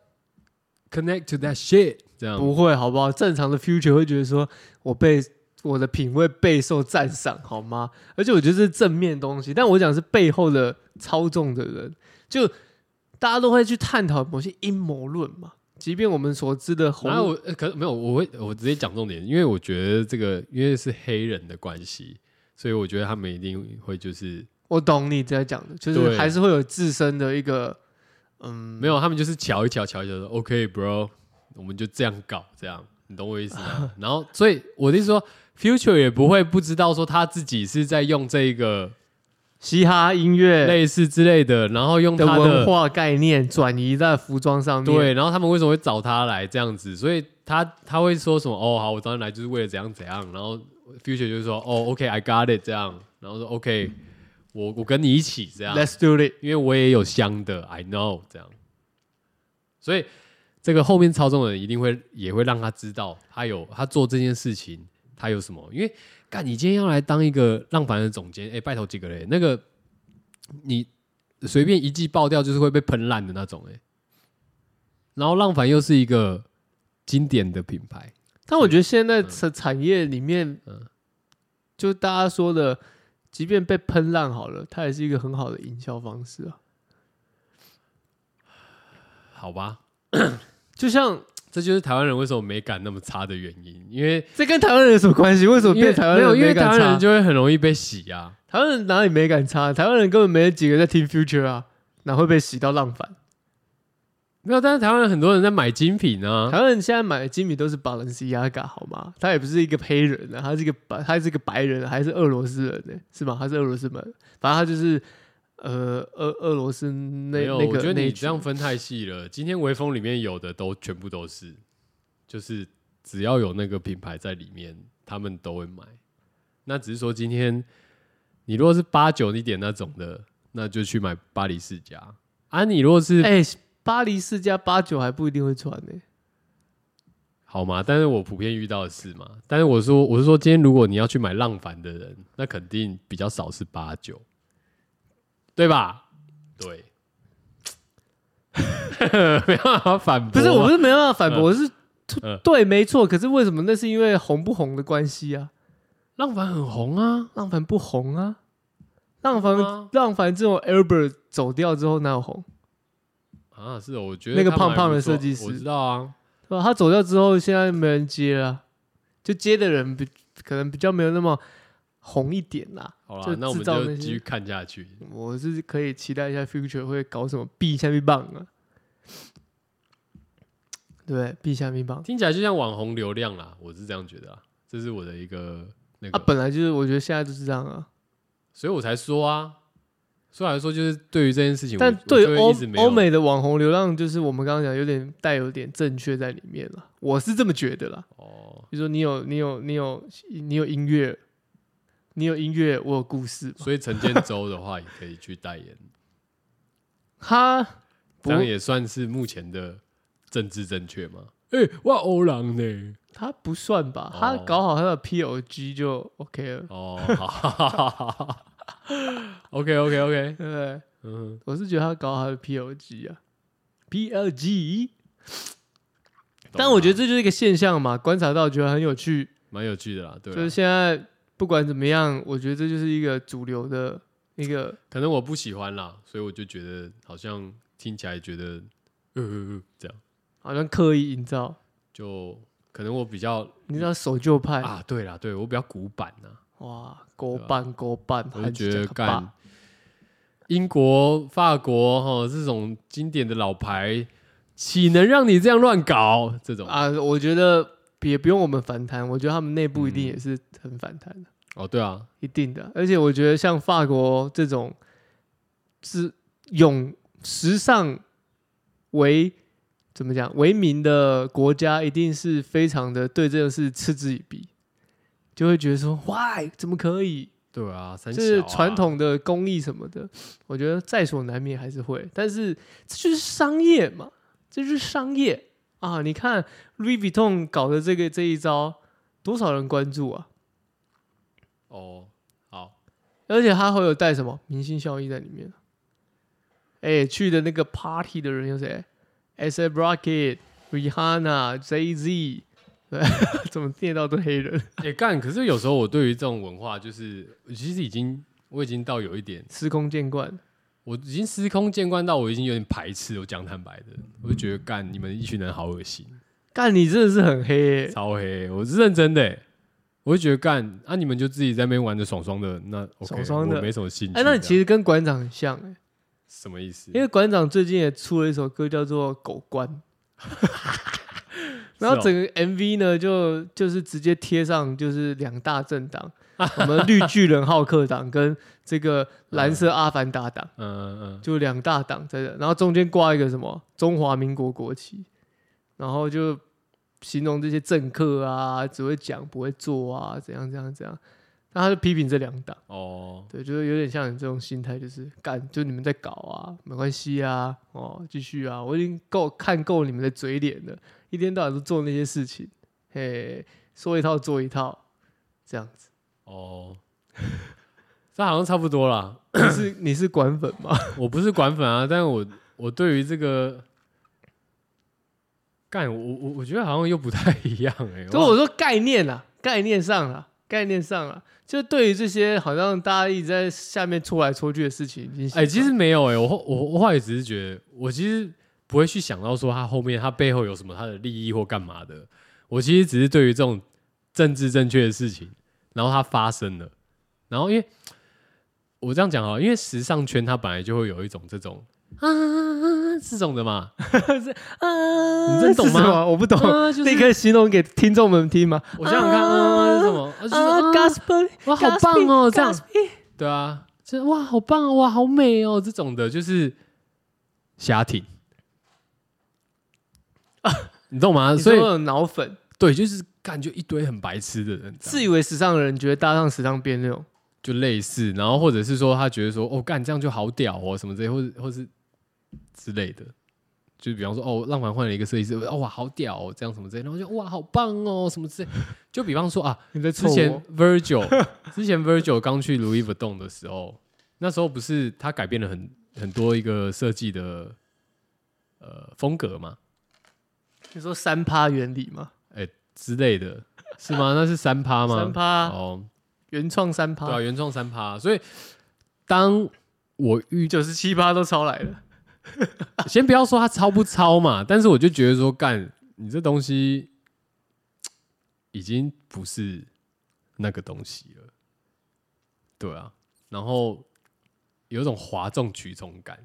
Speaker 1: connect to that shit？这样
Speaker 2: 不会，好不好？正常的 future 会觉得说我被我的品味备受赞赏，好吗？而且我觉得这是正面东西，但我讲的是背后的操纵的人，就大家都会去探讨某些阴谋论嘛。即便我们所知的
Speaker 1: 然后我
Speaker 2: 红，
Speaker 1: 呃可没有，我会我直接讲重点，因为我觉得这个因为是黑人的关系，所以我觉得他们一定会就是
Speaker 2: 我懂你在讲的，就是
Speaker 1: 对
Speaker 2: 还是会有自身的一个，嗯，
Speaker 1: 没有，他们就是瞧一瞧，瞧一瞧说 OK bro，我们就这样搞，这样你懂我意思 吗？然后所以我的意思说，future 也不会不知道说他自己是在用这个
Speaker 2: 嘻哈音乐
Speaker 1: 类似之类的，然后用
Speaker 2: 的
Speaker 1: 他
Speaker 2: 文化概念转移在服装上面。
Speaker 1: 对，然后他们为什么会找他来这样子？所以他他会说什么？哦，好，我找你来就是为了怎样怎样。然后 Future 就是说，哦，OK，I、got it 这样。然后说，OK，我我跟你一起这样，
Speaker 2: ，Let's do it。
Speaker 1: 因为我也有香的，I know 这样。所以这个后面操纵的人一定会也会让他知道，他有他做这件事情，他有什么？因为干，你今天要来当一个浪凡的总监，哎、拜托几个嘞，那个你随便一季爆掉就是会被喷烂的那种、哎。然后浪凡又是一个经典的品牌，
Speaker 2: 但我觉得现在产产业里面，
Speaker 1: 嗯
Speaker 2: 就大家说的，即便被喷烂好了，它也是一个很好的营销方式啊。
Speaker 1: 好吧？
Speaker 2: 就像
Speaker 1: 这就是台湾人为什么美感那么差的原因，因为
Speaker 2: 这跟台湾人有什么关系？为什么
Speaker 1: 因为
Speaker 2: 变台湾
Speaker 1: 没有，
Speaker 2: 人
Speaker 1: 因为
Speaker 2: 没
Speaker 1: 台
Speaker 2: 敢
Speaker 1: 湾人
Speaker 2: 插？
Speaker 1: 就会很容易被洗啊。
Speaker 2: 台湾人哪里没敢插？台湾人根本没几个在听 Future 啊，哪会被洗到浪反？
Speaker 1: 没有，但是台湾人很多人在买精品啊，
Speaker 2: 台湾人现在买的精品都是 Balenciaga 好吗？他也不是一个黑人啊，他是一个白，他是一个白人，啊还是俄罗斯人呢、是吗？他是俄罗斯人，反正他就是呃俄俄罗斯那
Speaker 1: 没有，
Speaker 2: 那
Speaker 1: 我觉
Speaker 2: 个
Speaker 1: 得
Speaker 2: 那一
Speaker 1: 你
Speaker 2: 群
Speaker 1: 这样分太细了。今天微风里面有的都全部都是，就是只要有那个品牌在里面，他们都会买。那只是说今天你如果是八九一点那种的，那就去买巴黎世家啊。你如果是、
Speaker 2: 哎、巴黎世家八九还不一定会穿呢、
Speaker 1: 好嘛，但是我普遍遇到的是嘛，但是我说我是说，今天如果你要去买浪凡的人，那肯定比较少是八九，对吧？对， 没办法反驳啊，
Speaker 2: 不是，我不是没办法反驳，我是、
Speaker 1: 嗯
Speaker 2: 对，没错。可是为什么？那是因为红不红的关系啊。
Speaker 1: 浪凡很红啊，
Speaker 2: 浪凡不红啊，
Speaker 1: 真的
Speaker 2: 浪凡
Speaker 1: 吗
Speaker 2: 浪凡这种 Albert 走掉之后哪有红？
Speaker 1: 啊，是哦，我觉得
Speaker 2: 那个
Speaker 1: 他们
Speaker 2: 胖胖
Speaker 1: 还不
Speaker 2: 的
Speaker 1: 错
Speaker 2: 设计师
Speaker 1: 我知道啊，
Speaker 2: 对吧？他走掉之后，现在没人接了啊，就接的人比可能比较没有那么红一点啦。
Speaker 1: 好
Speaker 2: 就
Speaker 1: 啦，那我
Speaker 2: 制
Speaker 1: 们
Speaker 2: 造
Speaker 1: 就
Speaker 2: 那些
Speaker 1: 继续看下去。
Speaker 2: 我是可以期待一下 Future 会搞什么 B 下面棒啊，对，B 下面棒
Speaker 1: 听起来就像网红流量啦，我是这样觉得啊，这是我的一个那
Speaker 2: 啊，
Speaker 1: 个，
Speaker 2: 本来就是我觉得现在就是这样啊。
Speaker 1: 所以我才说啊，虽然说就是对于这件事情，
Speaker 2: 但
Speaker 1: 我
Speaker 2: 对
Speaker 1: 我就
Speaker 2: 于
Speaker 1: 会
Speaker 2: 欧
Speaker 1: 一直没有
Speaker 2: 欧美的网红流量，就是我们刚刚讲有点带有点正确在里面了，我是这么觉得啦。
Speaker 1: 哦，
Speaker 2: 比如说你有你有你有你有音乐，你有音乐，我有故事嘛，
Speaker 1: 所以陈建州的话也可以去代言，
Speaker 2: 他不
Speaker 1: 这样也算是目前的政治正确吗？哎、哇，欧郎呢？
Speaker 2: 他不算吧，
Speaker 1: 哦
Speaker 2: 他搞好他的 PLG 就 OK 了，
Speaker 1: 哦，好，OK OK OK，
Speaker 2: 对不对？
Speaker 1: 嗯，
Speaker 2: 我是觉得他搞好他的 PLG 啊，PLG。但我觉得
Speaker 1: 这
Speaker 2: 这就是一个现象嘛，观察到觉得很有趣，
Speaker 1: 蛮有趣的啦，对啊，
Speaker 2: 就是现在不管怎么样，我觉得这就是一个主流的一个
Speaker 1: 可能我不喜欢啦，所以我就觉得好像听起来觉得，呃呃，呃这样
Speaker 2: 好像刻意营造，
Speaker 1: 就可能我比较
Speaker 2: 你知道守旧派、
Speaker 1: 啊，对啦，对我比较古板啊呐、
Speaker 2: 哇，勾半勾半，
Speaker 1: 我就
Speaker 2: 韩
Speaker 1: 觉
Speaker 2: 剧
Speaker 1: 得
Speaker 2: 讲个
Speaker 1: 干
Speaker 2: 爸
Speaker 1: 英国、法国哈这种经典的老牌，岂能让你这样乱搞？这种、
Speaker 2: 啊，我觉得也不用我们反弹，我觉得他们内部一
Speaker 1: 嗯
Speaker 2: 定也是很反弹的，
Speaker 1: 哦，对啊，
Speaker 2: 一定的。而且我觉得像法国这种是用时尚为怎么讲为名的国家，一定是非常的对这个事嗤之以鼻，就会觉得说 why 怎么可以？
Speaker 1: 对啊，三
Speaker 2: 就是
Speaker 1: 小啊
Speaker 2: 传统的工艺什么的，我觉得在所难免还是会，但是这就是商业嘛，这就是商业啊！你看 Louis Vuitton 搞的这个这一招，多少人关注啊？
Speaker 1: 哦，好，
Speaker 2: 而且他会有带什么明星效益在里面。哎，去的那个 party 的人有谁？S A Rocket、Rihanna、Jay Z，对， 怎么念到都黑人？
Speaker 1: 哎、干，可是有时候我对于这种文化，就是我其实已经我已经到有一点。
Speaker 2: 司空见惯，
Speaker 1: 我已经司空见惯到我已经有点排斥，我讲坦白的，我就觉得干你们一群人好恶心，
Speaker 2: 干你真的是很黑、欸，
Speaker 1: 超黑，我是认真的、我就觉得干啊你们就自己在那边玩的爽爽的，那 OK，
Speaker 2: 爽爽的
Speaker 1: 我没什么兴趣。
Speaker 2: 哎，那你
Speaker 1: 这
Speaker 2: 其
Speaker 1: 样
Speaker 2: 实跟馆长很像、欸，
Speaker 1: 什么意思？
Speaker 2: 因为馆长最近也出了一首歌叫做《狗官》， 然后整个 MV 呢就就是直接贴上就是两大政党， 我们绿巨人浩克党跟这个蓝色阿凡达党，
Speaker 1: 嗯嗯
Speaker 2: 就两大党在这，然后中间挂一个什么中华民国国旗，然后就形容这些政客啊只会讲不会做啊怎样怎样怎样，那他就批评这两党。
Speaker 1: 哦，
Speaker 2: 对，就是有点像你这种心态，就是干，就你们在搞啊，没关系啊，哦，继续啊，我已经够看够你们的嘴脸了，一天到晚都做那些事情，嘿，说一套做一套，这样子。
Speaker 1: 哦， 这好像差不多啦。
Speaker 2: 你是你是管粉吗？
Speaker 1: 我不是管粉啊，但我我对于这个干，我我我觉得好像又不太一样哎、
Speaker 2: 所以我说概念啊，概念上啊，概念上啊，就对于这些好像大家一直在下面戳来戳去的事情，已经习
Speaker 1: 哎、
Speaker 2: 惯
Speaker 1: 其实没有哎、我后我我后来只是觉得，我其实不会去想到说他后面他背后有什么他的利益或干嘛的。我其实只是对于这种政治正确的事情，然后它发生了，然后因为我这样讲啊，因为时尚圈它本来就会有一种这种啊这种的 嘛，
Speaker 2: 啊
Speaker 1: 你真懂吗
Speaker 2: 是什么我不懂，
Speaker 1: 啊就是
Speaker 2: 立刻形容给听众们听吗？
Speaker 1: 我想想看啊是什么，啊就是
Speaker 2: 啊
Speaker 1: 啊
Speaker 2: ，gospel，
Speaker 1: 哇好棒哦
Speaker 2: gospel，
Speaker 1: 这样
Speaker 2: gospel
Speaker 1: 对啊，这哇好棒哦，哇好美哦，这种的就是瞎挺， 你懂吗？
Speaker 2: 所
Speaker 1: 所
Speaker 2: 以
Speaker 1: 以
Speaker 2: 脑粉
Speaker 1: 对，就是感觉一堆很白痴的人，
Speaker 2: 自
Speaker 1: 自
Speaker 2: 以为时尚的人，觉得搭上时尚边那种，
Speaker 1: 就类似，然后或者是说他觉得说哦干这样就好屌哦什么之类，或者或是之类的。就是比方说，哦，浪凡换了一个设计师，哦哇，好屌哦，这样什么之类的，然后就哇，好棒哦，什么之类。就比方说啊，
Speaker 2: 你在
Speaker 1: 之前
Speaker 2: 哦
Speaker 1: Virgil，之 前 Virgil 刚去 Louis Vuitton 的时候，那时候不是他改变了很很多一个设计的呃风格嘛，
Speaker 2: 你说三趴原理吗？
Speaker 1: 哎、之类的，
Speaker 2: 啊
Speaker 1: 是吗？那是三趴吗？
Speaker 2: 三趴
Speaker 1: 哦，
Speaker 2: 原创三
Speaker 1: 对啊，
Speaker 2: 趴，
Speaker 1: 原创三趴，所以当我遇
Speaker 2: 九十七八都抄来了，
Speaker 1: 先不要说他抄不抄嘛，但是我就觉得说，干你这东西已经不是那个东西了，对啊，然后有一种哗众取宠感，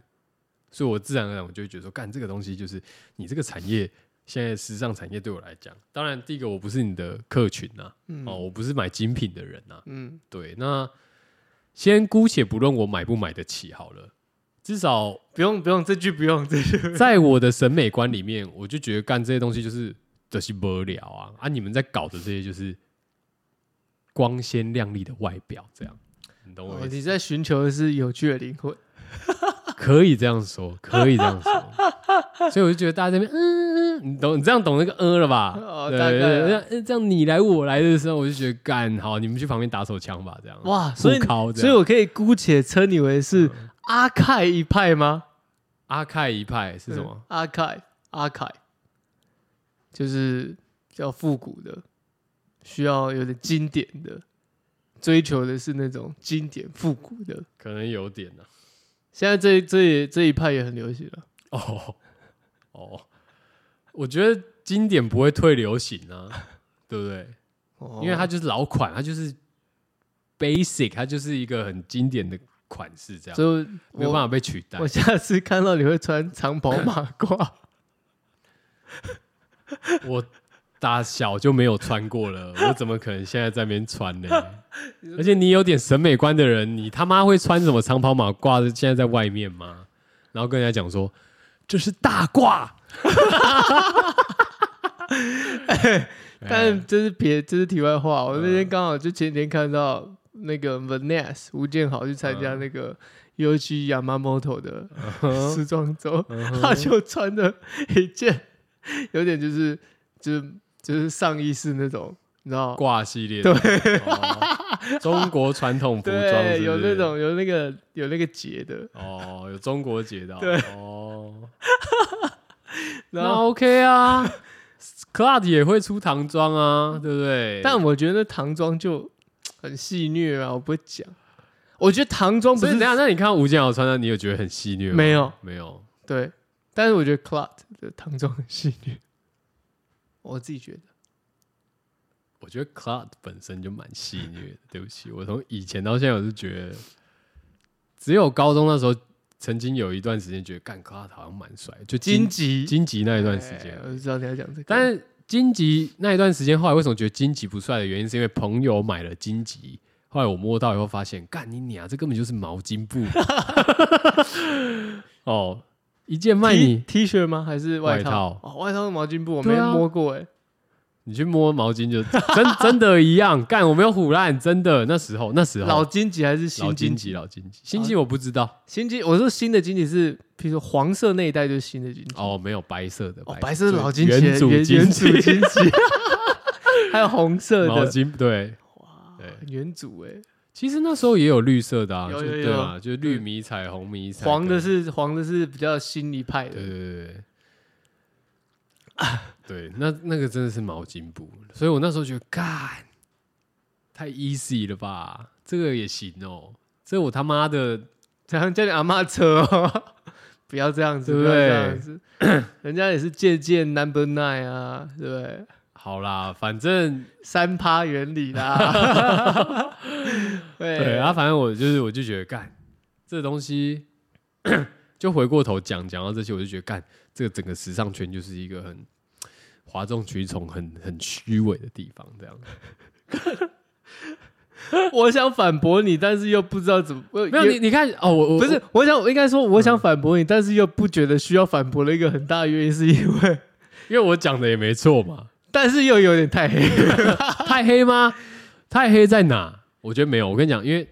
Speaker 1: 所以我自然而然我就会觉得说，干这个东西就是你这个产业。现在时尚产业对我来讲，当然第一个我不是你的客群呐、
Speaker 2: 嗯
Speaker 1: 哦，我不是买精品的人呐、
Speaker 2: 嗯，
Speaker 1: 对，那先姑且不论我买不买得起好了，至少
Speaker 2: 不用不用，这句不用，这句
Speaker 1: 在我的审美观里面，我就觉得干这些东西就是这些无聊啊啊！你们在搞的这些就是光鲜亮丽的外表，这样你懂我
Speaker 2: 哦
Speaker 1: 意思？
Speaker 2: 你在寻求的是有趣的灵魂，
Speaker 1: 可以这样说，可以这样说，所以我就觉得大家这边嗯，嗯，你懂你这样懂那个呃了吧？
Speaker 2: 哦
Speaker 1: 对
Speaker 2: 大概啊
Speaker 1: 这样呃这样你来我来的时候，我就觉得干好，你们去旁边打手枪吧，这样
Speaker 2: 哇，所以
Speaker 1: 互敲这
Speaker 2: 所以
Speaker 1: 样
Speaker 2: 我可以姑且称你为是
Speaker 1: 嗯
Speaker 2: 阿凯一派吗？
Speaker 1: 阿凯一派是什
Speaker 2: 嗯
Speaker 1: 么？？
Speaker 2: 阿凯，阿凯，就是比较复古的，需要有点经典的，追求的是那种经典复古的。
Speaker 1: 可能有点啊呢、
Speaker 2: 现在这这也这一派也很流行了，
Speaker 1: 哦哦，我觉得经典不会退流行啊， 对不对？
Speaker 2: 哦
Speaker 1: 因为它就是老款，它就是 basic，它就是一个很经典的款式，这样
Speaker 2: 就
Speaker 1: 没有办
Speaker 2: 我
Speaker 1: 法被取代
Speaker 2: 我。下次看到你会穿长袍马 褂，
Speaker 1: 我打小就没有穿过 了，我怎么可能现在在那边穿呢？而且你有点审美观的人，你他妈会穿什么长袍马褂的？现在在外面吗？然后跟人家讲说这是大褂，
Speaker 2: 但这是别这是题外话。我那天刚好就前几天看到那个 Vanessa 吴建豪去参加那个 U G Yamamoto 的时装周，他就穿的一件 有点就是就是就是上衣是那种你知道
Speaker 1: 挂系列的，哦中国传统服装是不
Speaker 2: 对
Speaker 1: 是
Speaker 2: 有那种有那个有那个结的，
Speaker 1: 哦，有中国节的哦，
Speaker 2: 对
Speaker 1: 哦，
Speaker 2: 然
Speaker 1: 那
Speaker 2: 后
Speaker 1: OK 啊，Cloud 也会出唐装啊，对不对？
Speaker 2: 但我觉得唐装就很戏虐啊，我不会讲。我觉得唐装不
Speaker 1: 所以
Speaker 2: 是
Speaker 1: 等一下，那你看吴建豪穿的，你有觉得很戏虐吗？
Speaker 2: 没有，
Speaker 1: 没有，
Speaker 2: 对，但是我觉得 Clot 的唐装很戏虐，我自己觉得。
Speaker 1: 我觉得 Cloud 本身就蛮戏虐的。对不起，我从以前到现在，我是觉得只有高中那时候，曾经有一段时间觉得干 Cloud 好像蛮帅，就
Speaker 2: 荆
Speaker 1: 荆
Speaker 2: 棘
Speaker 1: 荆棘那一段时间
Speaker 2: 哎。我就知道你要讲这个，
Speaker 1: 但是荆棘那一段时间，后来为什么觉得荆棘不帅的原因，是因为朋友买了荆棘，后来我摸到以后发现，干你娘，这根本就是毛巾 布。哦，一件卖
Speaker 2: T-
Speaker 1: 你，
Speaker 2: T 恤吗？还是
Speaker 1: 外
Speaker 2: 套？
Speaker 1: 套
Speaker 2: 哦，外套是毛巾布，我没
Speaker 1: 对啊
Speaker 2: 摸过哎、
Speaker 1: 你去摸毛巾就真真的一样。干，我没有唬烂，真的那时候那时
Speaker 2: 啊老
Speaker 1: 候
Speaker 2: 荆棘还是
Speaker 1: 老
Speaker 2: 新
Speaker 1: 荆
Speaker 2: 荆？
Speaker 1: 棘老荆棘，新棘我不知道。
Speaker 2: 新荆，我说新的荆棘是，譬如说黄色那一带就是新的荆棘，
Speaker 1: 哦，没有白色的，
Speaker 2: 哦，白色的老荆棘，
Speaker 1: 原
Speaker 2: 原
Speaker 1: 主
Speaker 2: 原
Speaker 1: 荆
Speaker 2: 祖荆棘， 还有红色
Speaker 1: 毛
Speaker 2: 的
Speaker 1: 巾对。对，
Speaker 2: 原主哎、
Speaker 1: 其实那时候也有绿色的啊，
Speaker 2: 有
Speaker 1: 就
Speaker 2: 有
Speaker 1: 对
Speaker 2: 有
Speaker 1: 啊，就是绿迷彩、红迷彩，
Speaker 2: 黄的
Speaker 1: 跟
Speaker 2: 是黄的是比较新一 派
Speaker 1: 对
Speaker 2: 的，
Speaker 1: 对对对，对，那那个真的是毛巾布，所以我那时候觉得，干，太 easy 了吧，这个也行哦，这我他妈的，
Speaker 2: 怎样叫你阿妈车、哦？ 不要这样子，
Speaker 1: 对
Speaker 2: 不
Speaker 1: 不
Speaker 2: 要
Speaker 1: 对
Speaker 2: 这样子， 人家也是借鉴 Number Nine 啊，对不对？
Speaker 1: 好啦，反正
Speaker 2: 三趴原理啦， 对
Speaker 1: 对啊，反正我就是我就觉得，干，这东西， 就回过头讲讲到这些，我就觉得，干，这个整个时尚圈就是一个很哗众取宠、很很虚伪的地方，这样。
Speaker 2: 我想反驳你，但是又不知道怎么，没
Speaker 1: 没有你，你看哦，我我嗯
Speaker 2: 不是，我想我应该说，我想反驳你，但是又不觉得需要反驳的一个很大原因，是因为，
Speaker 1: 因为我讲的也没错嘛，
Speaker 2: 但是又有点太 黑，
Speaker 1: 太黑吗？太黑在哪？我觉得没有。我跟你讲，因为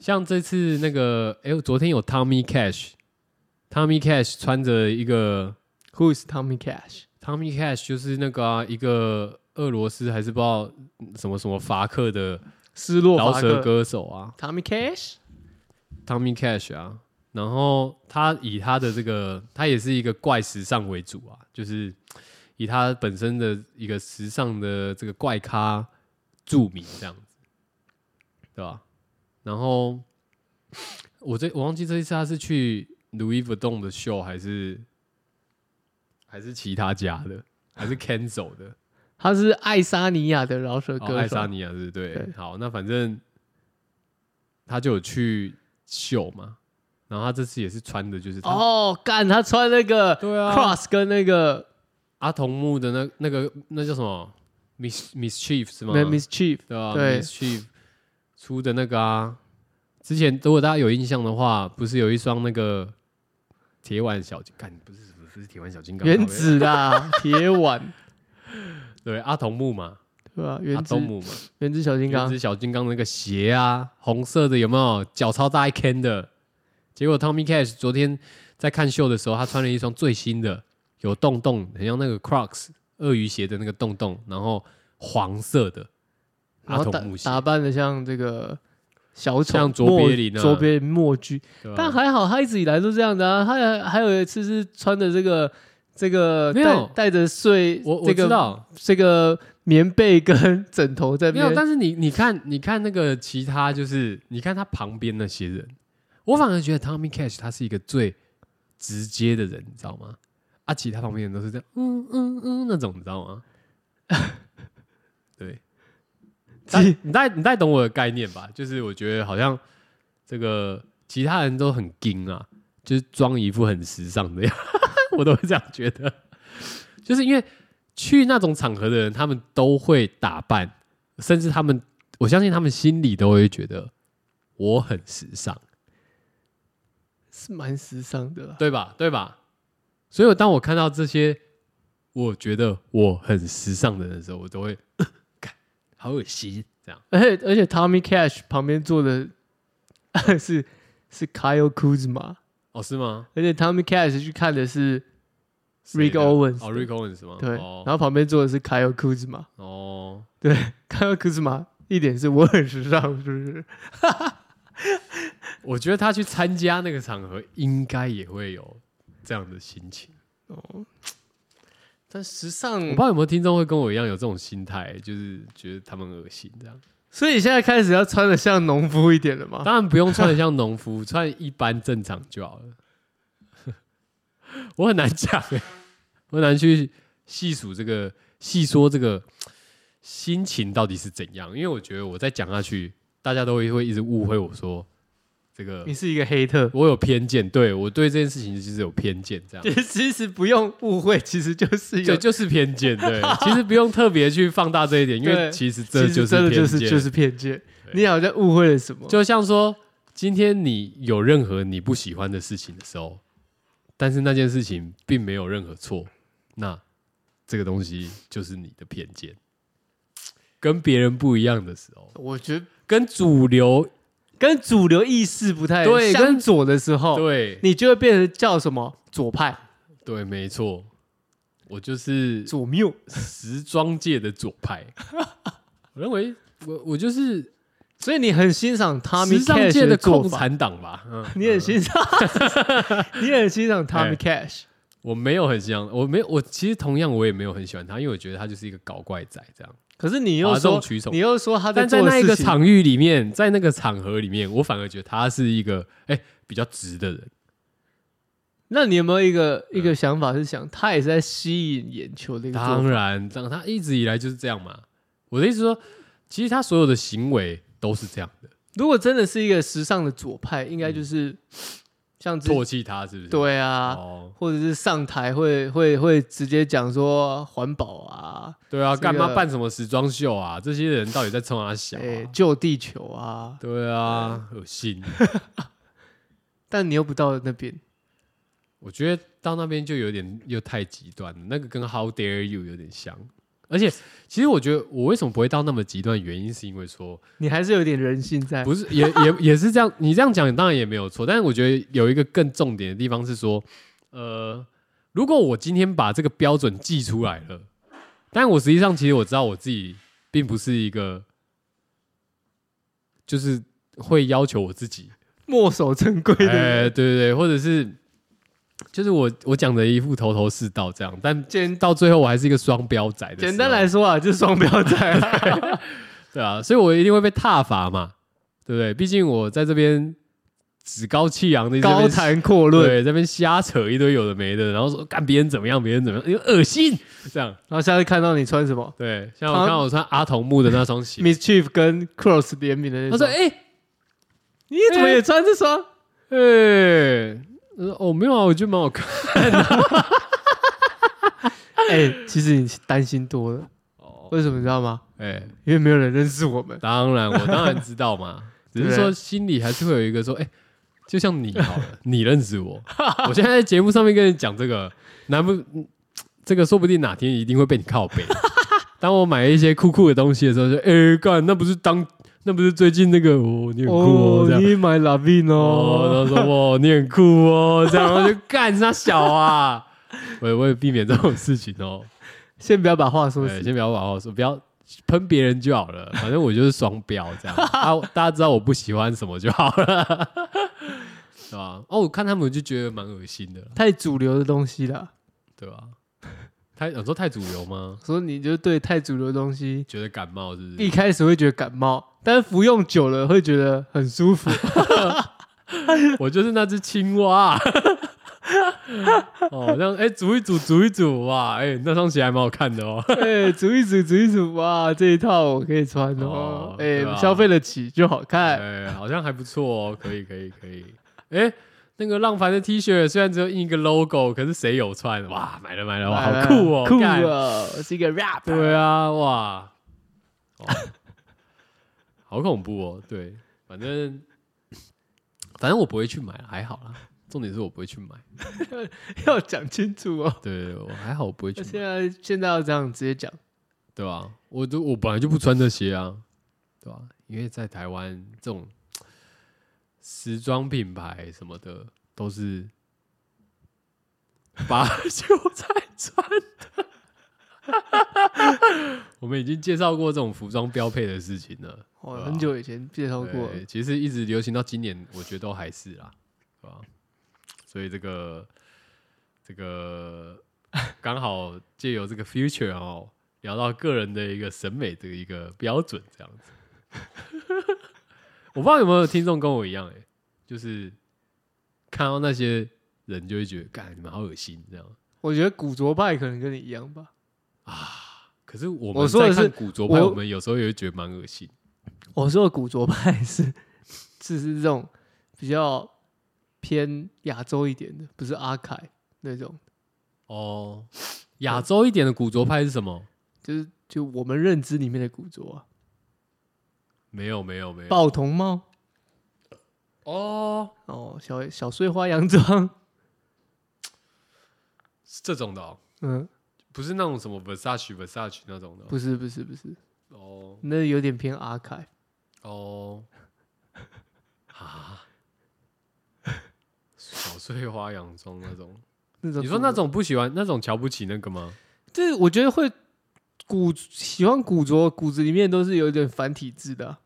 Speaker 1: 像这次那个，哎、昨天有 Tommy Cash，Tommy Cash 穿着一个
Speaker 2: Who's Tommy Cash？
Speaker 1: Tommy Cash 就是那个啊、一个俄罗斯还是不知道什么什么伐克的
Speaker 2: 失落
Speaker 1: 饶
Speaker 2: 伐
Speaker 1: 舌
Speaker 2: 克
Speaker 1: 歌手啊
Speaker 2: Tommy Cash？
Speaker 1: ，Tommy Cash 啊。然后他以他的这个，他也是一个怪时尚为主啊，就是以他本身的一个时尚的这个怪咖著名这样子，对吧？然后我这我忘记这一次他是去 Louis Vuitton 的秀还是还是其他家的，还是 Kenzo 的？
Speaker 2: 他是爱沙尼亚的饶舌歌手，
Speaker 1: 哦，爱沙尼亚是对，
Speaker 2: 对
Speaker 1: 好，那反正他就有去秀嘛，然后他这次也是穿的就是他、
Speaker 2: 哦，干他穿那个
Speaker 1: 对啊
Speaker 2: cross 跟那个
Speaker 1: 阿童木的那那个那叫什么 Miss Miss Chief 是吗？
Speaker 2: 那 Miss Chief，
Speaker 1: 对啊
Speaker 2: 对
Speaker 1: ，Miss Chief 出的那个啊，之前如果大家有印象的话，不是有一双那个铁腕小金，干不是不是不是铁腕小金刚，
Speaker 2: 原子啦， 铁腕，
Speaker 1: 对阿童木嘛，
Speaker 2: 对吧？
Speaker 1: 阿
Speaker 2: 原子
Speaker 1: 童木嘛，
Speaker 2: 原子小金
Speaker 1: 原
Speaker 2: 刚
Speaker 1: 子，小金刚那个鞋啊，红色的有没有？脚超大一坑的。结果 Tommy Cash 昨天在看秀的时候，他穿了一双最新的，有洞洞，很像那个 Crocs 鳄鱼鞋的那个洞洞，然后黄色的
Speaker 2: 然
Speaker 1: 阿
Speaker 2: 后
Speaker 1: 童
Speaker 2: 打
Speaker 1: 木鞋，
Speaker 2: 打扮的像这个小丑，
Speaker 1: 像卓
Speaker 2: 莫
Speaker 1: 别林啊嗯
Speaker 2: 卓别林默剧，
Speaker 1: 对吧
Speaker 2: 但还好，他一直以来都这样的啊。他还还有一次是穿的这个这个
Speaker 1: 没有
Speaker 2: 带带着睡，
Speaker 1: 我我
Speaker 2: 这
Speaker 1: 知
Speaker 2: 个
Speaker 1: 道，
Speaker 2: 这个棉被跟枕头在
Speaker 1: 没
Speaker 2: 那
Speaker 1: 有，
Speaker 2: 边。
Speaker 1: 但是你你看你看那个其他就是你看他旁边那些人，我反而觉得 Tommy Cash 他是一个最直接的人，你知道吗？啊，其他旁边人都是这样，嗯嗯嗯那种，你知道吗？ 对，大
Speaker 2: 其
Speaker 1: 你大概你大概懂我的概念吧？就是我觉得好像这个其他人都很硬啊，就是装一副很时尚的样 子，我都会这样觉得。就是因为去那种场合的人，他们都会打扮，甚至他们，我相信他们心里都会觉得我很时尚，
Speaker 2: 是蛮时尚的啦。啊
Speaker 1: 对吧？对吧？所以我当我看到这些，我觉得我很时尚的人的时候，我都会， 呃干好恶心，这样。
Speaker 2: 而且而且，Tommy Cash 旁边坐的 是是 Kyle Kuzma，
Speaker 1: 哦，是吗
Speaker 2: 而且 Tommy Cash 去看的是
Speaker 1: 谁的
Speaker 2: Rick Owens
Speaker 1: 哦，Rick Owens 是吗？
Speaker 2: 对，然
Speaker 1: 哦，
Speaker 2: 后旁边坐的是 Kyle Kuzma，
Speaker 1: 哦，
Speaker 2: 对，Kyle Kuzma 一点是我很时尚，是不是？
Speaker 1: 我觉得他去参加那个场合，应该也会有这样的心情。
Speaker 2: 但时尚
Speaker 1: 我不知道有没有听众会跟我一样有这种心态，就是觉得他们恶心这样。
Speaker 2: 所以你现在开始要穿的像农夫一点了吗？
Speaker 1: 当然不用穿的像农夫， 穿一般正常就好了。 我很难讲、欸，我很难去细数这个、细说这个心情到底是怎样，因为我觉得我再讲下去，大家都会会一直误会我说这个
Speaker 2: 你是一个黑特，
Speaker 1: 我有偏见，对我对这件事情其实有偏见， 这样
Speaker 2: 其实其实不用误会，其实就是有
Speaker 1: 对，，就是偏见， 对，其实不用特别去放大这一点，因为
Speaker 2: 对
Speaker 1: 其实
Speaker 2: 其
Speaker 1: 这
Speaker 2: 实
Speaker 1: 就是
Speaker 2: 真的就
Speaker 1: 偏
Speaker 2: 是
Speaker 1: 见
Speaker 2: 就是偏见。
Speaker 1: 对
Speaker 2: 你好像误会了什么？
Speaker 1: 就像说，今天你有任何你不喜欢的事情的时候，但是那件事情并没有任何错，那这个东西就是你的偏见。跟别人不一样的时候，
Speaker 2: 我觉得
Speaker 1: 跟主流
Speaker 2: 跟主流意识不太
Speaker 1: 对
Speaker 2: 相
Speaker 1: 跟
Speaker 2: 左的时候，
Speaker 1: 对
Speaker 2: 哦你就会变成叫什么左派、
Speaker 1: 对，没错，我就是
Speaker 2: 左谬。
Speaker 1: 时装界的左派。我认为我我就是
Speaker 2: 所以你很欣赏 Tommy
Speaker 1: 时尚
Speaker 2: Cash
Speaker 1: 界的
Speaker 2: 做
Speaker 1: 共
Speaker 2: 法，
Speaker 1: 产党吧？嗯，
Speaker 2: 你很欣 赏，你很欣赏 Tommy
Speaker 1: 哎
Speaker 2: Cash。
Speaker 1: 我没有很像，我没有，我其实同样我也没有很喜欢他，因为我觉得他就是一个搞怪仔这样。
Speaker 2: 可是你又
Speaker 1: 哗众
Speaker 2: 说
Speaker 1: 取，宠
Speaker 2: 你又说他在
Speaker 1: 但在
Speaker 2: 做的
Speaker 1: 那一个
Speaker 2: 事情，
Speaker 1: 场域里面，在那个场合里面，我反而觉得他是一个哎、比较直的人。
Speaker 2: 那你有没有一个一个想法是想他也是在吸引眼球的一个做法？
Speaker 1: 当然，当他一直以来就是这样嘛。我的意思说，其实他所有的行为都是这样的，
Speaker 2: 如果真的是一个时尚的左派，应该就是像之
Speaker 1: 唾弃他是不是？
Speaker 2: 对啊，
Speaker 1: 嗯哦，
Speaker 2: 或者是上台会会会直接讲说环保啊，
Speaker 1: 对啊，
Speaker 2: 这个
Speaker 1: 干嘛办什么时装秀啊？这些人到底在冲他
Speaker 2: 哎、
Speaker 1: 笑、啊？
Speaker 2: 救地球啊，
Speaker 1: 对啊，恶心。
Speaker 2: 但你又不到那边，
Speaker 1: 我觉得到那边就有点又太极端了，那个跟 How dare you 有点像。而且，其实我觉得我为什么不会到那么极端，原因是因为说，
Speaker 2: 你还是有点人性在。
Speaker 1: 不是，也也也是这样。你这样讲当然也没有错，但是我觉得有一个更重点的地方是说，呃，如果我今天把这个标准记出来了，但我实际上其实我知道我自己并不是一个，就是会要求我自己，
Speaker 2: 墨守成规的
Speaker 1: 哎、
Speaker 2: 人，
Speaker 1: 对对对，或者是就是我我讲的一副头头是道这样，但
Speaker 2: 简
Speaker 1: 到最后我还是一个双标仔的时候。
Speaker 2: 简单来说啊，就是双标仔啊。
Speaker 1: 对啊，所以我一定会被踏伐嘛，对不对？毕竟我在这边趾高气扬的
Speaker 2: 高谈阔论，
Speaker 1: 对，这边瞎扯一堆有的没的，然后说干别人怎么样，别人怎么样，因为恶心这样。
Speaker 2: 然后下次看到你穿什么
Speaker 1: 对，像我刚好穿阿童木的那双鞋，
Speaker 2: ，Mischief 跟 Cross 联名的那
Speaker 1: 他说：“
Speaker 2: 双，
Speaker 1: 哎、
Speaker 2: 你怎么也穿这双？
Speaker 1: 哎、我说哦，没有啊，我觉得蛮好看。
Speaker 2: 哎，其实你担心多了，
Speaker 1: 哦，
Speaker 2: 为什么你知道吗？
Speaker 1: 哎、
Speaker 2: 因为没有人认识我们。
Speaker 1: 当然，我当然知道嘛，只是
Speaker 2: 对
Speaker 1: 说心里还是会有一个说，哎、就像你好了，你认识我，我现在在节目上面跟你讲这个，难不，嗯这个说不定哪天一定会被你靠背。当我买一些酷酷的东西的时候，就哎干、那不是当那不是最近那个哦，你很酷哦，这样。
Speaker 2: 你买 Lavin
Speaker 1: 哦，
Speaker 2: 哦，
Speaker 1: 他说哇，你很酷哦，这样然后就干他小啊，我我也避免这种事情哦。
Speaker 2: 先不要把话说死
Speaker 1: 哎对，。先不要把话说，不要喷别人就好了。反正我就是双标这样，啊，大家知道我不喜欢什么就好了， 对吧？哦，我看他们就觉得蛮恶心的，
Speaker 2: 太主流的东西啦。
Speaker 1: 对吧？太有时候太主流吗？
Speaker 2: 所以你就对太主流的东西，
Speaker 1: 觉得感冒是不
Speaker 2: 一
Speaker 1: 是？
Speaker 2: 开始会觉得感冒，但是服用久了会觉得很舒服。
Speaker 1: 我就是那只青蛙、 哦，这样哎、煮一煮，煮一煮哇，哎、那双鞋还蛮好看的哦。
Speaker 2: 哎，煮一煮，煮一煮，哇，这一套我可以穿哦
Speaker 1: 哦。
Speaker 2: 哎
Speaker 1: 对，啊
Speaker 2: 消费得起就好看。
Speaker 1: 哎，好像还不错哦，可以可以可以。哎、那个浪凡的 T 恤虽然只有印一个 logo，可是谁有穿？啊哇，买了买了，哇，好酷哦，
Speaker 2: 酷
Speaker 1: 干！
Speaker 2: 哦，我哎是一个 rap。
Speaker 1: 对啊，哇，哦好恐怖哦。对，反正反正我不会去买，还好啦。重点是我不会去买，
Speaker 2: 要讲清楚哦。
Speaker 1: 对我还好，我不会去
Speaker 2: 现
Speaker 1: 买，
Speaker 2: 在现在要这样直接讲，
Speaker 1: 对吧、我都我本来就不穿这些啊，对吧、因为在台湾这种时装品牌什么的都是把韭菜穿的。 我们已经介绍过这种服装标配的事情了，
Speaker 2: 哦，
Speaker 1: 对啊
Speaker 2: 很久以前介绍过了
Speaker 1: 对，其实一直流行到今年，我觉得都还是啦，对吧？所以这个这个刚好借由这个 future 哦，聊到个人的一个审美的一个标准，这样子。 我不知道有没有听众跟我一样、欸，就是看到那些人就会觉得，干你们好恶心这样。
Speaker 2: 我觉得古着派可能跟你一样吧。
Speaker 1: 可是我
Speaker 2: 我
Speaker 1: 们
Speaker 2: 说的
Speaker 1: 在看
Speaker 2: 是
Speaker 1: 古着派，
Speaker 2: 我
Speaker 1: 我们有时候也会觉得蛮恶心。
Speaker 2: 我说的古 着派是，是是这种比较偏亚洲一点的，不是阿凯那种，
Speaker 1: 哦，亚洲一点的古着派是什么？
Speaker 2: 就是就我们认知里面的古着啊，
Speaker 1: 没有，没有，没有。
Speaker 2: 报童帽
Speaker 1: 哦，
Speaker 2: 哦，小小碎花洋装，
Speaker 1: 是这种的、哦，
Speaker 2: 嗯，
Speaker 1: 不是那种什么 Versace Versace 那种的哦、
Speaker 2: 不是不是不是，
Speaker 1: 哦
Speaker 2: 那有点偏阿凯，
Speaker 1: 哦， 啊，小碎花洋装那种，
Speaker 2: 那种
Speaker 1: 你说那
Speaker 2: 古着，
Speaker 1: 种不喜欢，那种瞧不起那个吗？
Speaker 2: 这我觉得会古喜欢古着，骨子里面都是有点繁体字的啊、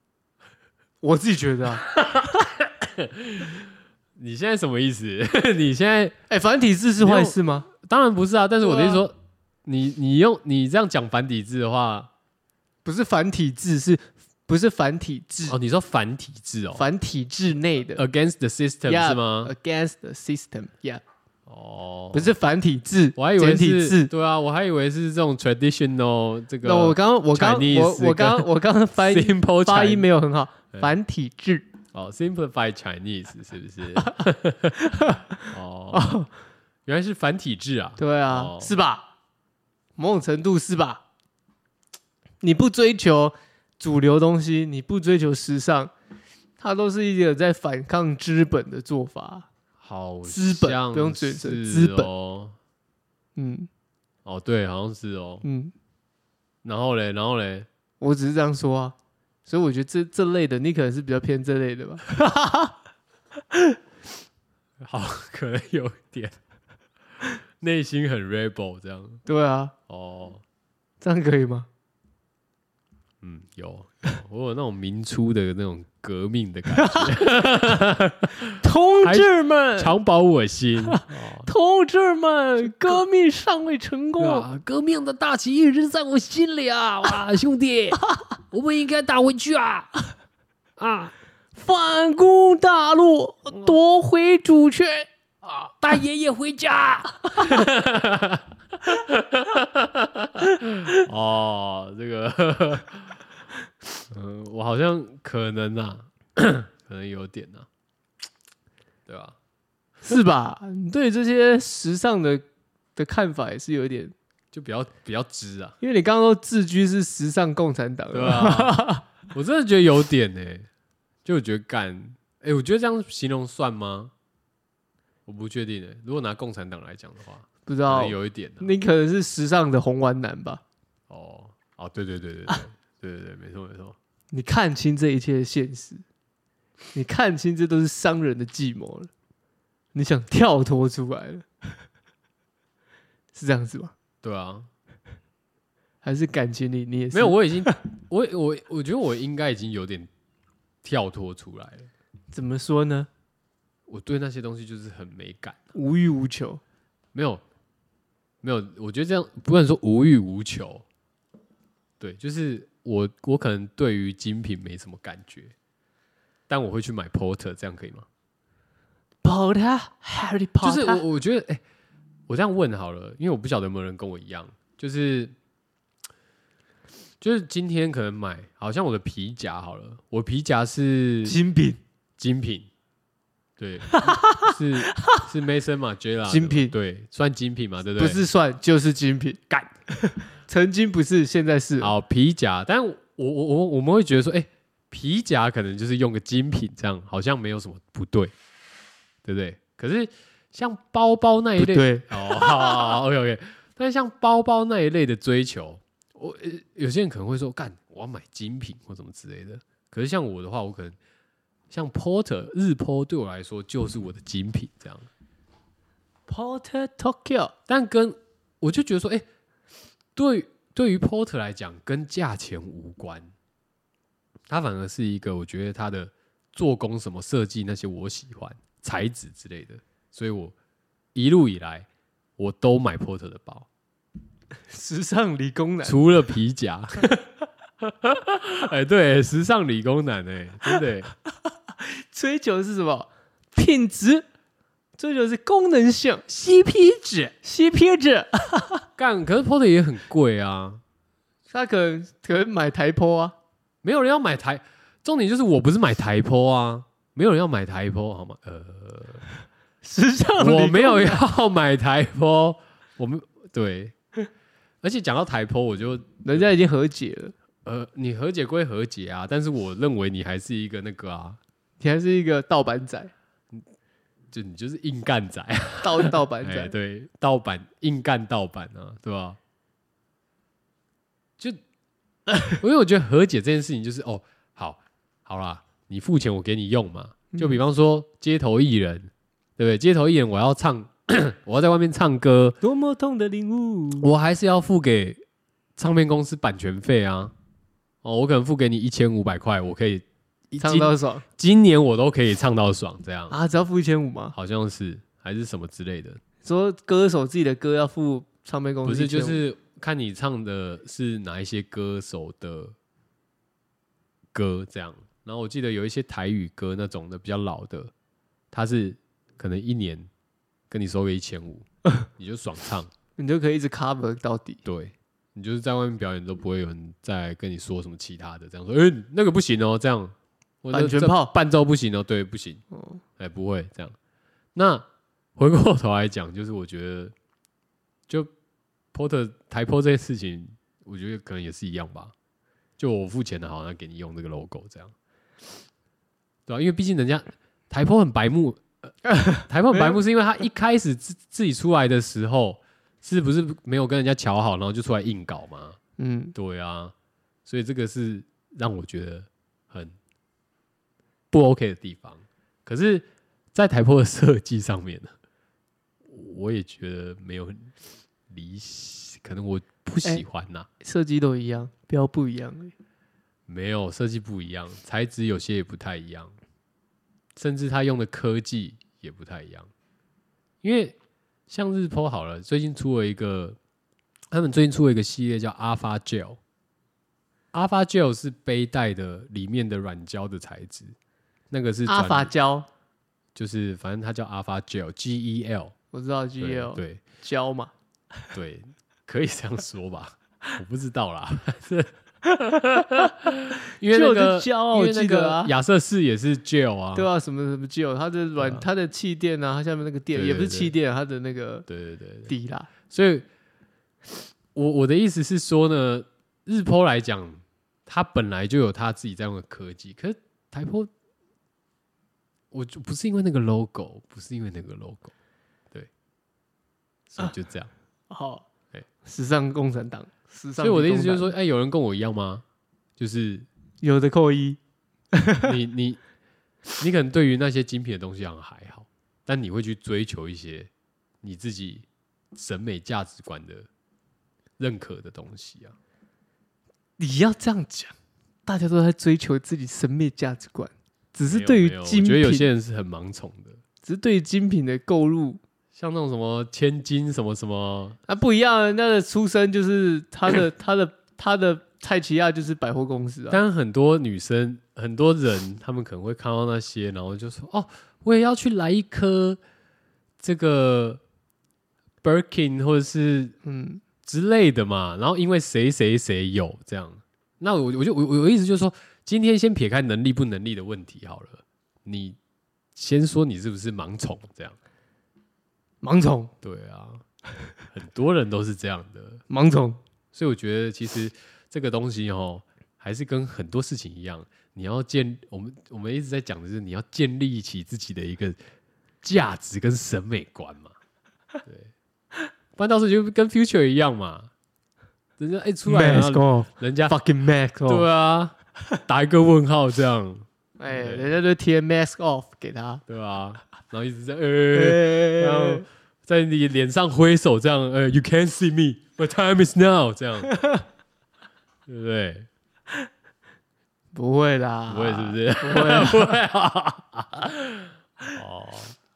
Speaker 2: 我自己觉得、啊，
Speaker 1: 你现在什么意思？ 你现在
Speaker 2: 哎、繁体字是
Speaker 1: 没有
Speaker 2: 坏事吗？
Speaker 1: 当然不是啊，但是我的意思
Speaker 2: 对
Speaker 1: 说，你你用你这样讲繁体字的话，
Speaker 2: 不是繁体字，是不是繁体字？
Speaker 1: 哦，你说繁体字哦
Speaker 2: 繁体制内的
Speaker 1: ，against the system
Speaker 2: Yeah，
Speaker 1: 是吗？
Speaker 2: ？Against the system，yeah，
Speaker 1: 哦，
Speaker 2: 不，是繁体字，
Speaker 1: 我还以为
Speaker 2: 简体
Speaker 1: 是，
Speaker 2: 字。
Speaker 1: 对啊，我还以为是这种 traditional 这个。
Speaker 2: 那我刚刚我刚
Speaker 1: Chinese
Speaker 2: 我我刚我刚刚翻译
Speaker 1: simple
Speaker 2: 发音没有很好
Speaker 1: 对，
Speaker 2: 繁体字
Speaker 1: 哦，simplify Chinese 是不是？ 哦，原来是繁体字啊！
Speaker 2: 对啊
Speaker 1: 哦，
Speaker 2: 是吧？某种程度是吧？你不追求主流东西，你不追求时尚，它都是一个在反抗资本的做法。
Speaker 1: 好像是哦，
Speaker 2: 资本不用嘴唇资本
Speaker 1: 哦，
Speaker 2: 嗯
Speaker 1: 对，好像是哦。
Speaker 2: 嗯，
Speaker 1: 然后嘞，然后嘞，
Speaker 2: 我只是这样说啊，所以我觉得这这类的你可能是比较偏这类的吧。
Speaker 1: 好，可能有一点内心很 rebel 这样。
Speaker 2: 对啊，
Speaker 1: 哦，
Speaker 2: 这样可以吗？
Speaker 1: 嗯，有，有我有那种民初的那种革命的感觉，
Speaker 2: 同
Speaker 1: 还
Speaker 2: 志们，
Speaker 1: 长保我心。哦，
Speaker 2: 同志们，革命尚未
Speaker 1: 对
Speaker 2: 成功。
Speaker 1: 啊，革命的大旗一直在我 心里啊！哇，兄弟，我们应该打回去啊！啊，
Speaker 2: 反攻大陆，夺回主权啊！大爷爷回家。
Speaker 1: 哦，这个，嗯、我好像可能啊， 可能有点啊，对吧？
Speaker 2: 是吧？你对这些时尚的的看法也是有一点，
Speaker 1: 就比较比较直啊，
Speaker 2: 因为你刚刚说自居是时尚共产党，
Speaker 1: 对啊吧？ 我真的觉得有点呢、就我觉得干，哎、我觉得这样形容算吗？我不确定诶、如果拿共产党来讲的话，
Speaker 2: 不知
Speaker 1: 可
Speaker 2: 道
Speaker 1: 能有一点、啊。
Speaker 2: 你可能是时尚的红丸男吧？
Speaker 1: 哦，哦，对对对对对
Speaker 2: 啊
Speaker 1: 对对对，没错没错。
Speaker 2: 你看清这一切的现实，你看清这都是商人的计谋了，你想跳脱出来了，是这样子吗？
Speaker 1: 对啊，
Speaker 2: 还是感情里你也是
Speaker 1: 没有，我已经，我我我觉得我应该已经有点跳脱出来了。
Speaker 2: 怎么说呢？
Speaker 1: 我对那些东西就是很没感，啊
Speaker 2: 无欲无求，
Speaker 1: 没有没有，我觉得这样不能说无欲无求。对，就是我我可能对于精品没什么感觉，但我会去买 porter，这样可以吗？
Speaker 2: 保他啊 Harry
Speaker 1: 就
Speaker 2: Potter，
Speaker 1: 是我我觉得，哎、我这样问好了，因为我不晓得有没有人跟我一样，就是就是今天可能买，好像我的皮夹好了，我皮夹是
Speaker 2: 精品，
Speaker 1: 精品，对， 是是 Mason 嘛 j a
Speaker 2: 精品
Speaker 1: 对，算精品嘛，对不
Speaker 2: 不
Speaker 1: 对？
Speaker 2: 是算就是精品，干，曾经不是，现在是，啊
Speaker 1: 好皮夹，但我我我我们会觉得说，哎、皮夹可能就是用个精品，这样好像没有什么不对，对不对？可是像包包那一
Speaker 2: 不
Speaker 1: 类，
Speaker 2: 对，
Speaker 1: 哦， 好好好，OK OK。但是像包包那一类的追求，我、呃有些人可能会说，干，我要买精品或什么之类的。可是像我的话，我可能像 Porter 日 Po 对我来说就是我的精品这样。
Speaker 2: Porter Tokyo，
Speaker 1: 但跟我就觉得说，哎、对对于 Porter 来讲，跟价钱无关，它反而是一个我觉得它的做工、什么设计那些我喜欢，材质之类的，所以我一路以来我都买 Porter 的包，
Speaker 2: 时尚理工男，
Speaker 1: 除了皮夹。 哎、对，时尚理工男哎、真的、哎
Speaker 2: 追求的是什么？品质，追求的是功能性，CP 值，CP 值，
Speaker 1: 干，可是 Porter 也很贵啊，
Speaker 2: 他可能可能买台坡啊，
Speaker 1: 没有人要买台，重点就是我不是买台坡啊，没有人要买台坡好吗？呃。
Speaker 2: 时 尚理工
Speaker 1: 我没有
Speaker 2: 男
Speaker 1: 要买台坡，我们对，而且讲到台坡，我就
Speaker 2: 人家已经和解了，
Speaker 1: 呃，你和解归和解啊，但是我认为你还是一个那个啊，
Speaker 2: 你还是一个盗 版仔，
Speaker 1: 就你就是硬干仔，啊
Speaker 2: 盗盗版
Speaker 1: 哎，
Speaker 2: 仔，
Speaker 1: 对，盗版硬干盗版啊，对吧？就因为我觉得和解这件事情就是哦，好，好啦，你付钱我给你用嘛，就比方说街头艺人，对不对？街头艺人我要唱， 我要在外面唱歌，
Speaker 2: 多么痛的领悟，
Speaker 1: 我还是要付给唱片公司版权费啊。哦，我可能付给你一千五百块，我可以一
Speaker 2: 唱
Speaker 1: 今
Speaker 2: 到爽
Speaker 1: 今年我都可以唱到爽，这样
Speaker 2: 啊，只要付一千五吗？
Speaker 1: 好像是还是什么之类的，
Speaker 2: 说歌手自己的歌要付唱片公司
Speaker 1: 不是就
Speaker 2: 1500
Speaker 1: 是看你唱的是哪一些歌手的歌这样。然后我记得有一些台语歌那种的比较老的，他是可能一年跟你收个一千五， 你就爽唱。
Speaker 2: 你就可以一直 cover 到底。
Speaker 1: 对你就是在外面表演都不会有人再跟你说什么其他的，这样说，哎、那个不行哦，这样，我
Speaker 2: 版
Speaker 1: 这
Speaker 2: 权
Speaker 1: 这
Speaker 2: 炮
Speaker 1: 伴奏不行哦，对，不行，
Speaker 2: 哦，
Speaker 1: 哎、不会这样。那回过头来讲，就是我觉得，就 porter 台 p o 这件事情，我觉得可能也是一样吧。就我付钱的，好像给你用这个 logo 这样，对啊，因为毕竟人家台 p o 很白目，呃、 台 p o 很白目是因为他一开始自自己出来的时候，是不是没有跟人家瞧好，然后就出来硬搞嘛？
Speaker 2: 嗯，
Speaker 1: 对啊，所以这个是让我觉得很不 OK 的地方。可是，在台坡的设计上面呢，我也觉得没有很理想，可能我不喜欢呐、
Speaker 2: 设计都一样，标不一样而已。
Speaker 1: 没有设计不一样，材质有些也不太一样，甚至它用的科技也不太一样。因为像日坡好了，最近出了一个，他们最近出了一个系列叫 Alpha Gel。Alpha Gel 是背带的里面的软胶的材质，那个是
Speaker 2: 阿
Speaker 1: 转
Speaker 2: 法胶，
Speaker 1: 就是反正它叫 Alpha Gel G E L，
Speaker 2: 我知道 G E
Speaker 1: 对
Speaker 2: L
Speaker 1: 对
Speaker 2: 胶嘛，
Speaker 1: 对，可以这样说吧，我不知道啦，因为那
Speaker 2: 就
Speaker 1: 个
Speaker 2: 是胶啊，
Speaker 1: 因
Speaker 2: 我
Speaker 1: 为那
Speaker 2: 记得
Speaker 1: 个
Speaker 2: 啊，
Speaker 1: 亚瑟士也是 Gel 啊，
Speaker 2: 对啊，什么什么 G L，它的
Speaker 1: 对
Speaker 2: 软
Speaker 1: 啊
Speaker 2: 它的气垫啊，它下面那个垫
Speaker 1: 对
Speaker 2: 也不是
Speaker 1: 对对
Speaker 2: 气垫啊，它的那个
Speaker 1: 对对对对，
Speaker 2: 底啦，
Speaker 1: 所以我我的意思是说呢，日坡来讲，它本来就有它自己在用的科技，可是台坡，我就不是因为那个 logo，不是因为那个 logo，对，所
Speaker 2: 啊
Speaker 1: 以就这样。
Speaker 2: 好
Speaker 1: 对，
Speaker 2: 哎时尚共产党，时尚。
Speaker 1: 所以我的意思就是说，，哎、有人跟我一样吗？就是
Speaker 2: 有的扣一，
Speaker 1: 你你你可能对于那些精品的东西好像还好，但你会去追求一些你自己审美价值观的认可的东西啊。
Speaker 2: 你要这样讲，大家都在追求自己审美价值观，只
Speaker 1: 没
Speaker 2: 是
Speaker 1: 有
Speaker 2: 对于
Speaker 1: 没有
Speaker 2: 精
Speaker 1: 我觉得有
Speaker 2: 品，
Speaker 1: 些人是很盲从的，
Speaker 2: 只是对于精品的购入
Speaker 1: 像那种什么千金什么什么，
Speaker 2: 啊不一样啊，人家的出身就是他的他的他的蔡奇亚就是百货公司啊，
Speaker 1: 但很多女生、很多人，他们可能会看到那些，然后就说：“哦，我也要去来一颗这个 Birkin 或者是
Speaker 2: 嗯，
Speaker 1: 之类的嘛。”然后因为谁谁谁有这样，那我我就我我的意思就是说，今天先撇开能力不能力的问题好了，你先说你是不是盲从这样？
Speaker 2: 盲从
Speaker 1: 对啊，很多人都是这样的。
Speaker 2: 盲从，
Speaker 1: 所以我觉得其实这个东西哦，还是跟很多事情一样，你要建我们我们一直在讲的是你要建立起自己的一个价值跟审美观嘛，对，不然到时候就跟 Future 一样嘛，人家一出来然
Speaker 2: Max
Speaker 1: 后
Speaker 2: off
Speaker 1: 人家
Speaker 2: fucking Max off，
Speaker 1: 对啊，打一个问号这样，
Speaker 2: 哎，
Speaker 1: 对
Speaker 2: 人家就贴 Max off 给他，
Speaker 1: 对啊，然后一直在 呃， 然后
Speaker 2: 哎，
Speaker 1: 在你脸上挥手这样，呃，You can't see me, my time is now 这样，对不对？
Speaker 2: 不会啦，
Speaker 1: 啊不会是不是？
Speaker 2: 不会啦，
Speaker 1: 不会啊。哦，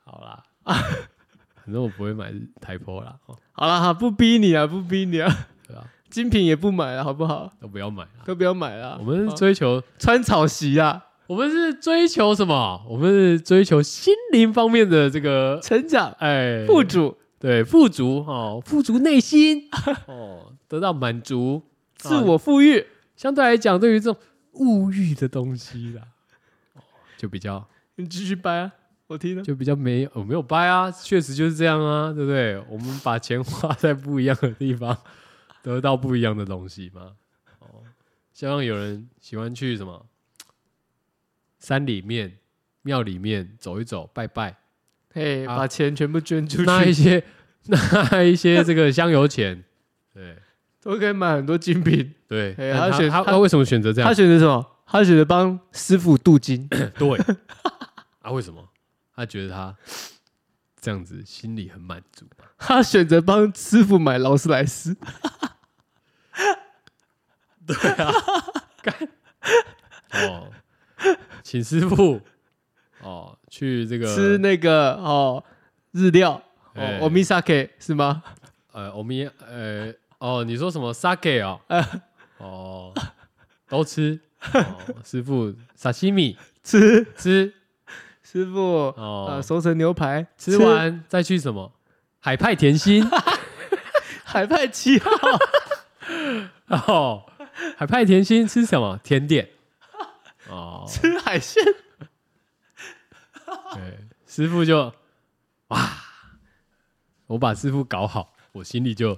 Speaker 1: 好啦，反正我不会买台坡啦，哦，
Speaker 2: 好啦，好不逼你啊，不逼你啊，
Speaker 1: 对啊，
Speaker 2: 精品也不买了，好不好？
Speaker 1: 都不要买啦。
Speaker 2: 都不要买了。
Speaker 1: 我们
Speaker 2: 好
Speaker 1: 是追求，
Speaker 2: 穿草席啊，
Speaker 1: 我们是追求什么？我们是追求心灵方面的这个，
Speaker 2: 成长
Speaker 1: 哎，
Speaker 2: 富足，
Speaker 1: 对富足哦，富足内 心哦，得到满足。哦
Speaker 2: 自我富裕，
Speaker 1: 相对来讲，对于这种物欲的东西啦，哦就比较
Speaker 2: 你继续掰啊，我听了。
Speaker 1: 就比较没有、哦没有掰啊，确实就是这样啊，对不对？我们把钱花在不一样的地方，得到不一样的东西嘛。哦，像有人喜欢去什么山里面、庙里面走一走、拜拜，
Speaker 2: 嘿，
Speaker 1: 啊
Speaker 2: 把钱全部捐出
Speaker 1: 那一
Speaker 2: 去，
Speaker 1: 些 那一些这个香油钱，对
Speaker 2: 都可以买很多精品。
Speaker 1: 对。
Speaker 2: 哎
Speaker 1: 但
Speaker 2: 他选
Speaker 1: 他
Speaker 2: 他
Speaker 1: 他为什么选择这
Speaker 2: 他
Speaker 1: 样？
Speaker 2: 选择什么？他选择帮师傅镀金，
Speaker 1: 对啊，为什么？他觉得他这样子心里很满足嘛。
Speaker 2: 他选择帮师傅买劳斯莱斯，
Speaker 1: 啊哦，请师傅哦去这个
Speaker 2: 吃那个哦日料
Speaker 1: 哎
Speaker 2: 哦欧米萨 K 是吗？
Speaker 1: 呃欧米呃哦，你说什么 sake 哦？哦，都吃。哦、师傅沙西米
Speaker 2: 吃
Speaker 1: 吃
Speaker 2: 师傅
Speaker 1: 哦
Speaker 2: 呃，熟成牛排，
Speaker 1: 吃完再去什么海派甜 心
Speaker 2: 海派七号，
Speaker 1: 哦，海派甜心吃什么甜点？哦，
Speaker 2: 吃海鲜，
Speaker 1: 对，师傅就哇，我把师傅搞好，我心里就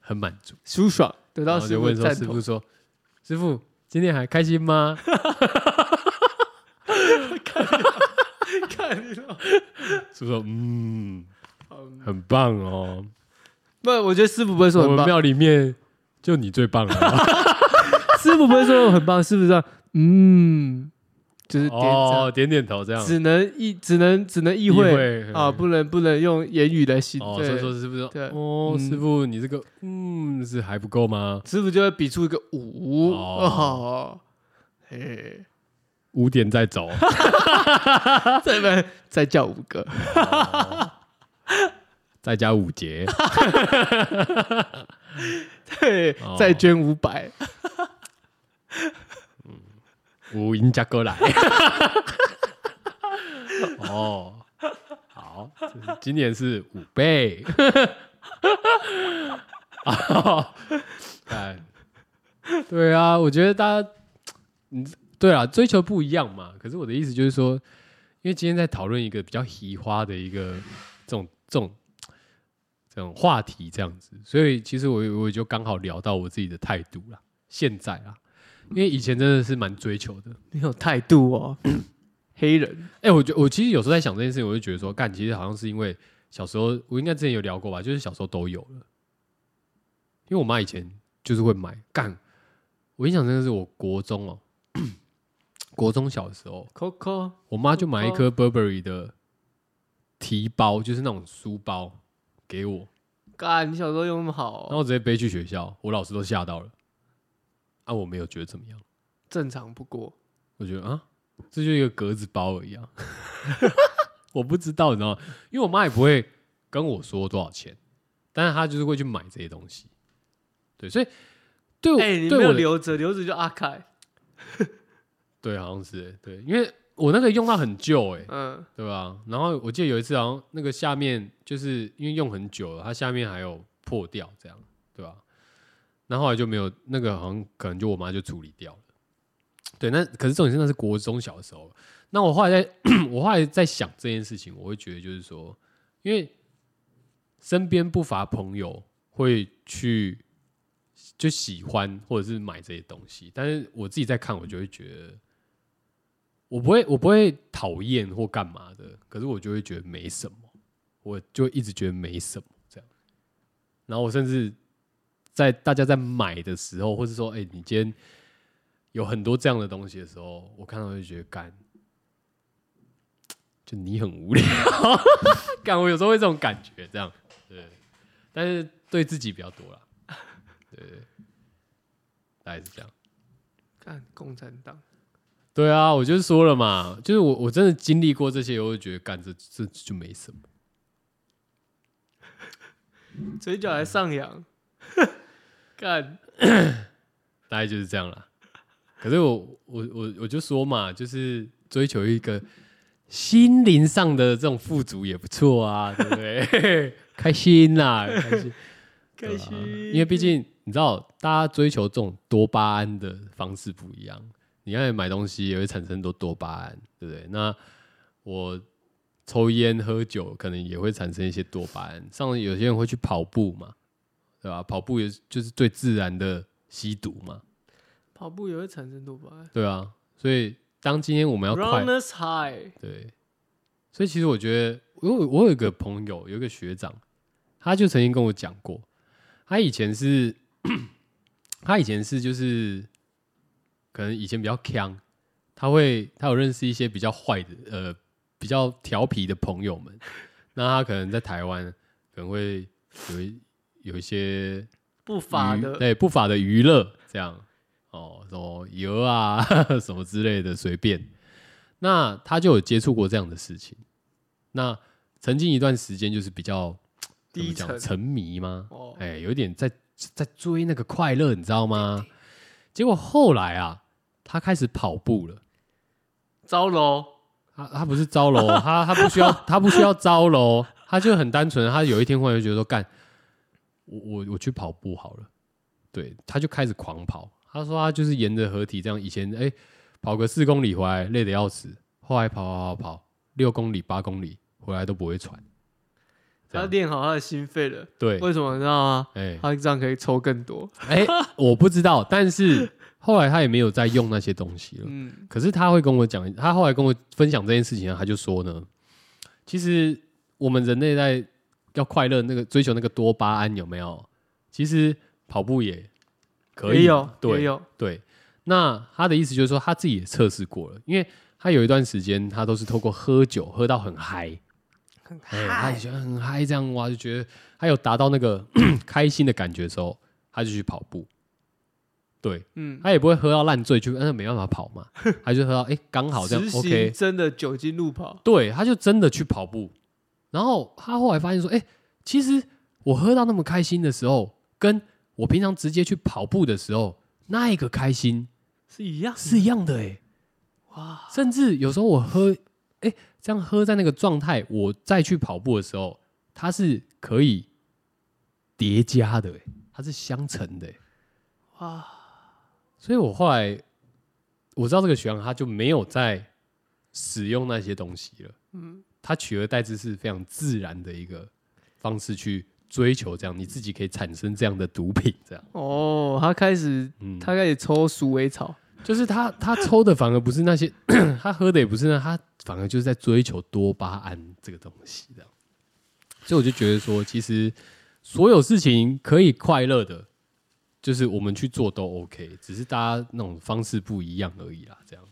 Speaker 1: 很满足。
Speaker 2: 舒爽，得
Speaker 1: 然
Speaker 2: 到
Speaker 1: 后
Speaker 2: 师
Speaker 1: 就
Speaker 2: 傅
Speaker 1: 问
Speaker 2: 的
Speaker 1: 说：“
Speaker 2: 赞
Speaker 1: 师
Speaker 2: 同
Speaker 1: 傅。说，师傅今天还开心吗
Speaker 2: 看你了。？”
Speaker 1: 师傅说：“嗯，很棒哦，
Speaker 2: 不，我觉得师傅不会说
Speaker 1: 我
Speaker 2: 很
Speaker 1: 们
Speaker 2: 棒，
Speaker 1: 庙里面就你最棒了。
Speaker 2: 师傅不会说我很棒，师傅说嗯，就是”点
Speaker 1: 哦
Speaker 2: 赞，，
Speaker 1: 点点头这样。
Speaker 2: 只能意只能只能意
Speaker 1: 意
Speaker 2: 会
Speaker 1: 会
Speaker 2: 啊，
Speaker 1: 嗯
Speaker 2: 不能不能用言语来形
Speaker 1: 哦，
Speaker 2: 对
Speaker 1: 所以说师傅说
Speaker 2: 对：“
Speaker 1: 哦，
Speaker 2: 嗯
Speaker 1: 师傅你这个嗯是还不够吗？
Speaker 2: 师傅就会比出一个五
Speaker 1: 哦
Speaker 2: 哦， 嘿，
Speaker 1: 五点再 走。
Speaker 2: 再来再叫五个，
Speaker 1: 哦”再加五节，
Speaker 2: 嘿
Speaker 1: 哦，
Speaker 2: 再捐五百，
Speaker 1: 五赢加过来。哦，好，今年是五倍。啊，干对啊，我觉得大家，嗯，对啊，追求不一样嘛。可是我的意思就是说，因为今天在讨论一个比较奇花的一个这种这种这种话题，这样子，所以其实我我就刚好聊到我自己的态度啦。现在啊，因为以前真的是蛮追求的，
Speaker 2: 你有态度 哦，黑人
Speaker 1: 哎、我觉我其实有时候在想这件事情，我就觉得说，干，其实好像是因为小时候，我应该之前有聊过吧，就是小时候都有了。因为我妈以前就是会买，干，我印象真的是我国中哦，国中小的时候，
Speaker 2: Coco
Speaker 1: 我妈就买一颗 Burberry 的提包，就是那种书包给我，
Speaker 2: 干，你小时候用那么好
Speaker 1: 然
Speaker 2: 哦、
Speaker 1: 后我直接背去学校，我老师都吓到了，啊，我没有觉得怎么样，
Speaker 2: 正常不过。
Speaker 1: 我觉得啊，这就一个格子包而已啊， 我不知道，你知道吗？因为我妈也不会跟我说多少钱，但是她就是会去买这些东西，对，所以对我、
Speaker 2: 哎、你没
Speaker 1: 对
Speaker 2: 有
Speaker 1: 我的
Speaker 2: 留着，留着就阿凯。
Speaker 1: 对好像是欸对，因为我那个用到很旧哎、
Speaker 2: 嗯，
Speaker 1: 对吧、然后我记得有一次好像那个下面就是因为用很久了，它下面还有破掉这样，对吧、那后来就没有那个好像可能就我妈就处理掉了。对，那可是重点是那是国中小的时候，那我后来在 我后来在想这件事情，我会觉得就是说，因为身边不乏朋友会去就喜欢或者是买这些东西，但是我自己在看，我就会觉得我不会我不会讨厌或干嘛的，可是我就会觉得没什么，我就一直觉得没什么这样。然后我甚至在大家在买的时候，或是说，哎、你今天有很多这样的东西的时候，我看到就觉得干，就你很无聊， 干我有时候会这种感觉，这样对，但是对自己比较多啦，对，大概是这样。
Speaker 2: 干共产党，
Speaker 1: 对啊，我就是说了嘛，就是我我真的经历过这些，我就觉得干这这这就没什么。
Speaker 2: 嘴角还上扬。 干，
Speaker 1: 大概就是这样啦。可是我我我我就说嘛，就是追求一个心灵上的这种富足也不错啊，对不对？ 开心啦，开心，
Speaker 2: 开心。
Speaker 1: 因为毕竟你知道，大家追求这种多巴胺的方式不一样。你看买东西也会产生很多多巴胺，对不对？那我抽烟喝酒可能也会产生一些多巴胺。像有些人会去跑步嘛，对吧？跑步也是就是最自然的吸毒嘛。
Speaker 2: 跑步也会产生多巴胺。
Speaker 1: 对啊，所以当今天我们要快
Speaker 2: Runners High，
Speaker 1: 对，所以其实我觉得，我有我有一个朋友，有一个学长，他就曾经跟我讲过，他以前是，他以前是就是，可能以前比较强，他会他有认识一些比较坏的，呃，比较调皮的朋友们，那他可能在台湾可能会有一有一些
Speaker 2: 不法
Speaker 1: 娱
Speaker 2: 的。
Speaker 1: 对不法的娱乐这样哦，什么油啊 什么之类的随便。那他就有接触过这样的事情。那曾经一段时间就是比较怎么
Speaker 2: 低
Speaker 1: 讲
Speaker 2: 沉
Speaker 1: 沉迷吗？
Speaker 2: 哦
Speaker 1: 哎、有一点在在追那个快乐，你知道吗？结果后来啊，他开始跑步了。
Speaker 2: 糟哦喽，
Speaker 1: 他他不是招楼，哦他他不需要，他不需要招楼，哦他就很单纯。他有一天忽然就觉得说，干，我我我去跑步好了。对，他就开始狂跑。他说他就是沿着河体这样，以前哎、跑个四公里回来累得要死，后来跑跑跑跑六公里八公里回来都不会喘。这
Speaker 2: 他
Speaker 1: 样
Speaker 2: 练好他的心肺了。
Speaker 1: 对，
Speaker 2: 为什么你知道吗？
Speaker 1: 哎、
Speaker 2: 他这样可以抽更多。
Speaker 1: 哎、我不知道，但 是后来他也没有再用那些东西了。
Speaker 2: 嗯，
Speaker 1: 可是他会跟我讲，他后来跟我分享这件事情啊，他就说呢，其实我们人类在要快乐那个追求那个多巴胺有没有？其实跑步也可以，
Speaker 2: 也有，也
Speaker 1: 对
Speaker 2: 有。
Speaker 1: 对。那他的意思就是说，他自己也测试过了，因为他有一段时间他都是透过喝酒喝到很嗨，很嗨，他也觉得很嗨，这样哇，就觉得他有达到那个 开心的感觉的时候，他就去跑步。对，
Speaker 2: 嗯，
Speaker 1: 他也不会喝到烂醉，就那没办法跑嘛，他就喝到哎刚、好这样
Speaker 2: 实行
Speaker 1: OK，
Speaker 2: 真的酒精路跑，
Speaker 1: 对，他就真的去跑步，然后他后来发现说，哎、其实我喝到那么开心的时候，跟我平常直接去跑步的时候那一个开心
Speaker 2: 是一样。
Speaker 1: 嗯是一样的哎、
Speaker 2: 哇，
Speaker 1: 甚至有时候我喝哎、这样喝在那个状态，我再去跑步的时候，它是可以叠加的、欸，它是相乘的、欸，
Speaker 2: 哇，
Speaker 1: 所以我后来我知道这个学长他就没有再使用那些东西了，
Speaker 2: 嗯
Speaker 1: 他取而代之是非常自然的一个方式去追求这样，你自己可以产生这样的毒品，这样，
Speaker 2: 哦，他开始
Speaker 1: 嗯，
Speaker 2: 他开始抽鼠尾草，
Speaker 1: 就是他他抽的反而不是那些， 他喝的也不是那，他反而就是在追求多巴胺这个东西这样。所以我就觉得说，其实所有事情可以快乐的，就是我们去做都 OK，只是大家那种方式不一样而已啦。这样，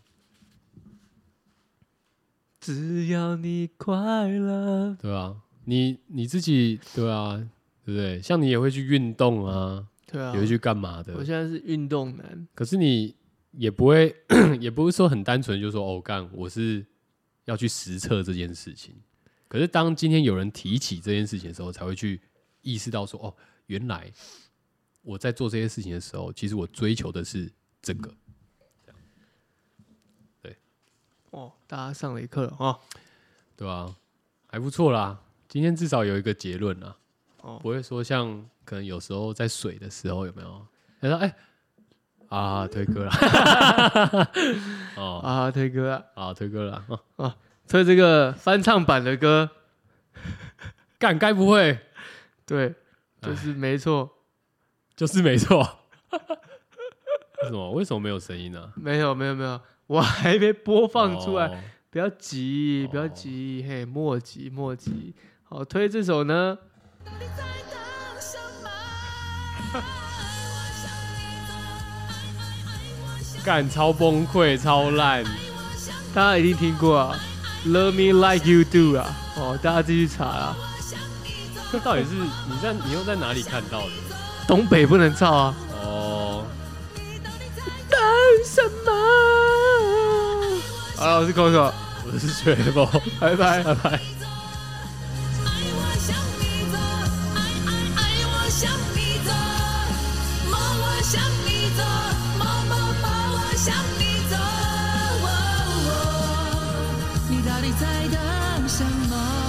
Speaker 2: 只要你快乐，
Speaker 1: 对啊，你你自己对啊，对不对？像你也会去运动啊，
Speaker 2: 对啊
Speaker 1: 也，会去干嘛的
Speaker 2: 我？现在是运动男，
Speaker 1: 可是你也不会， 也不是说很单纯，就说哦，干，我是要去实测这件事情。可是当今天有人提起这件事情的时候，才会去意识到说，哦，原来我在做这些事情的时候，其实我追求的是这个。
Speaker 2: 哦，大家上了一课了哦，
Speaker 1: 对啊，还不错啦。今天至少有一个结论啦，
Speaker 2: 哦
Speaker 1: 不会说像可能有时候在水的时候有没有？他说哎、啊推歌啦，哦
Speaker 2: 啊，推歌啊，
Speaker 1: 啊推歌啦，哦
Speaker 2: 推这个翻唱版的歌，
Speaker 1: 干该不会
Speaker 2: 对，就是没错，
Speaker 1: 就是没错？ 为什么为什么没有声音呢、
Speaker 2: 没有没有没有，我还没播放出来，
Speaker 1: 哦
Speaker 2: 不要急，不要
Speaker 1: 哦
Speaker 2: 急，嘿，莫急莫急。好，推这首呢，
Speaker 1: 干超崩溃超烂，
Speaker 2: 大家一定听过啊，Love Me Like You Do 啊，哦，大家自己去查啊，
Speaker 1: 这到底是你在你又在哪里看到的？
Speaker 2: 东北不能唱啊。
Speaker 1: 哦，
Speaker 2: 等什么？好了，我是 Coco，
Speaker 1: 我是雪宝，
Speaker 2: 拜拜。
Speaker 1: 拜拜。
Speaker 3: 向你走，某某某，我向你哦走。哦哦你到底在等什么？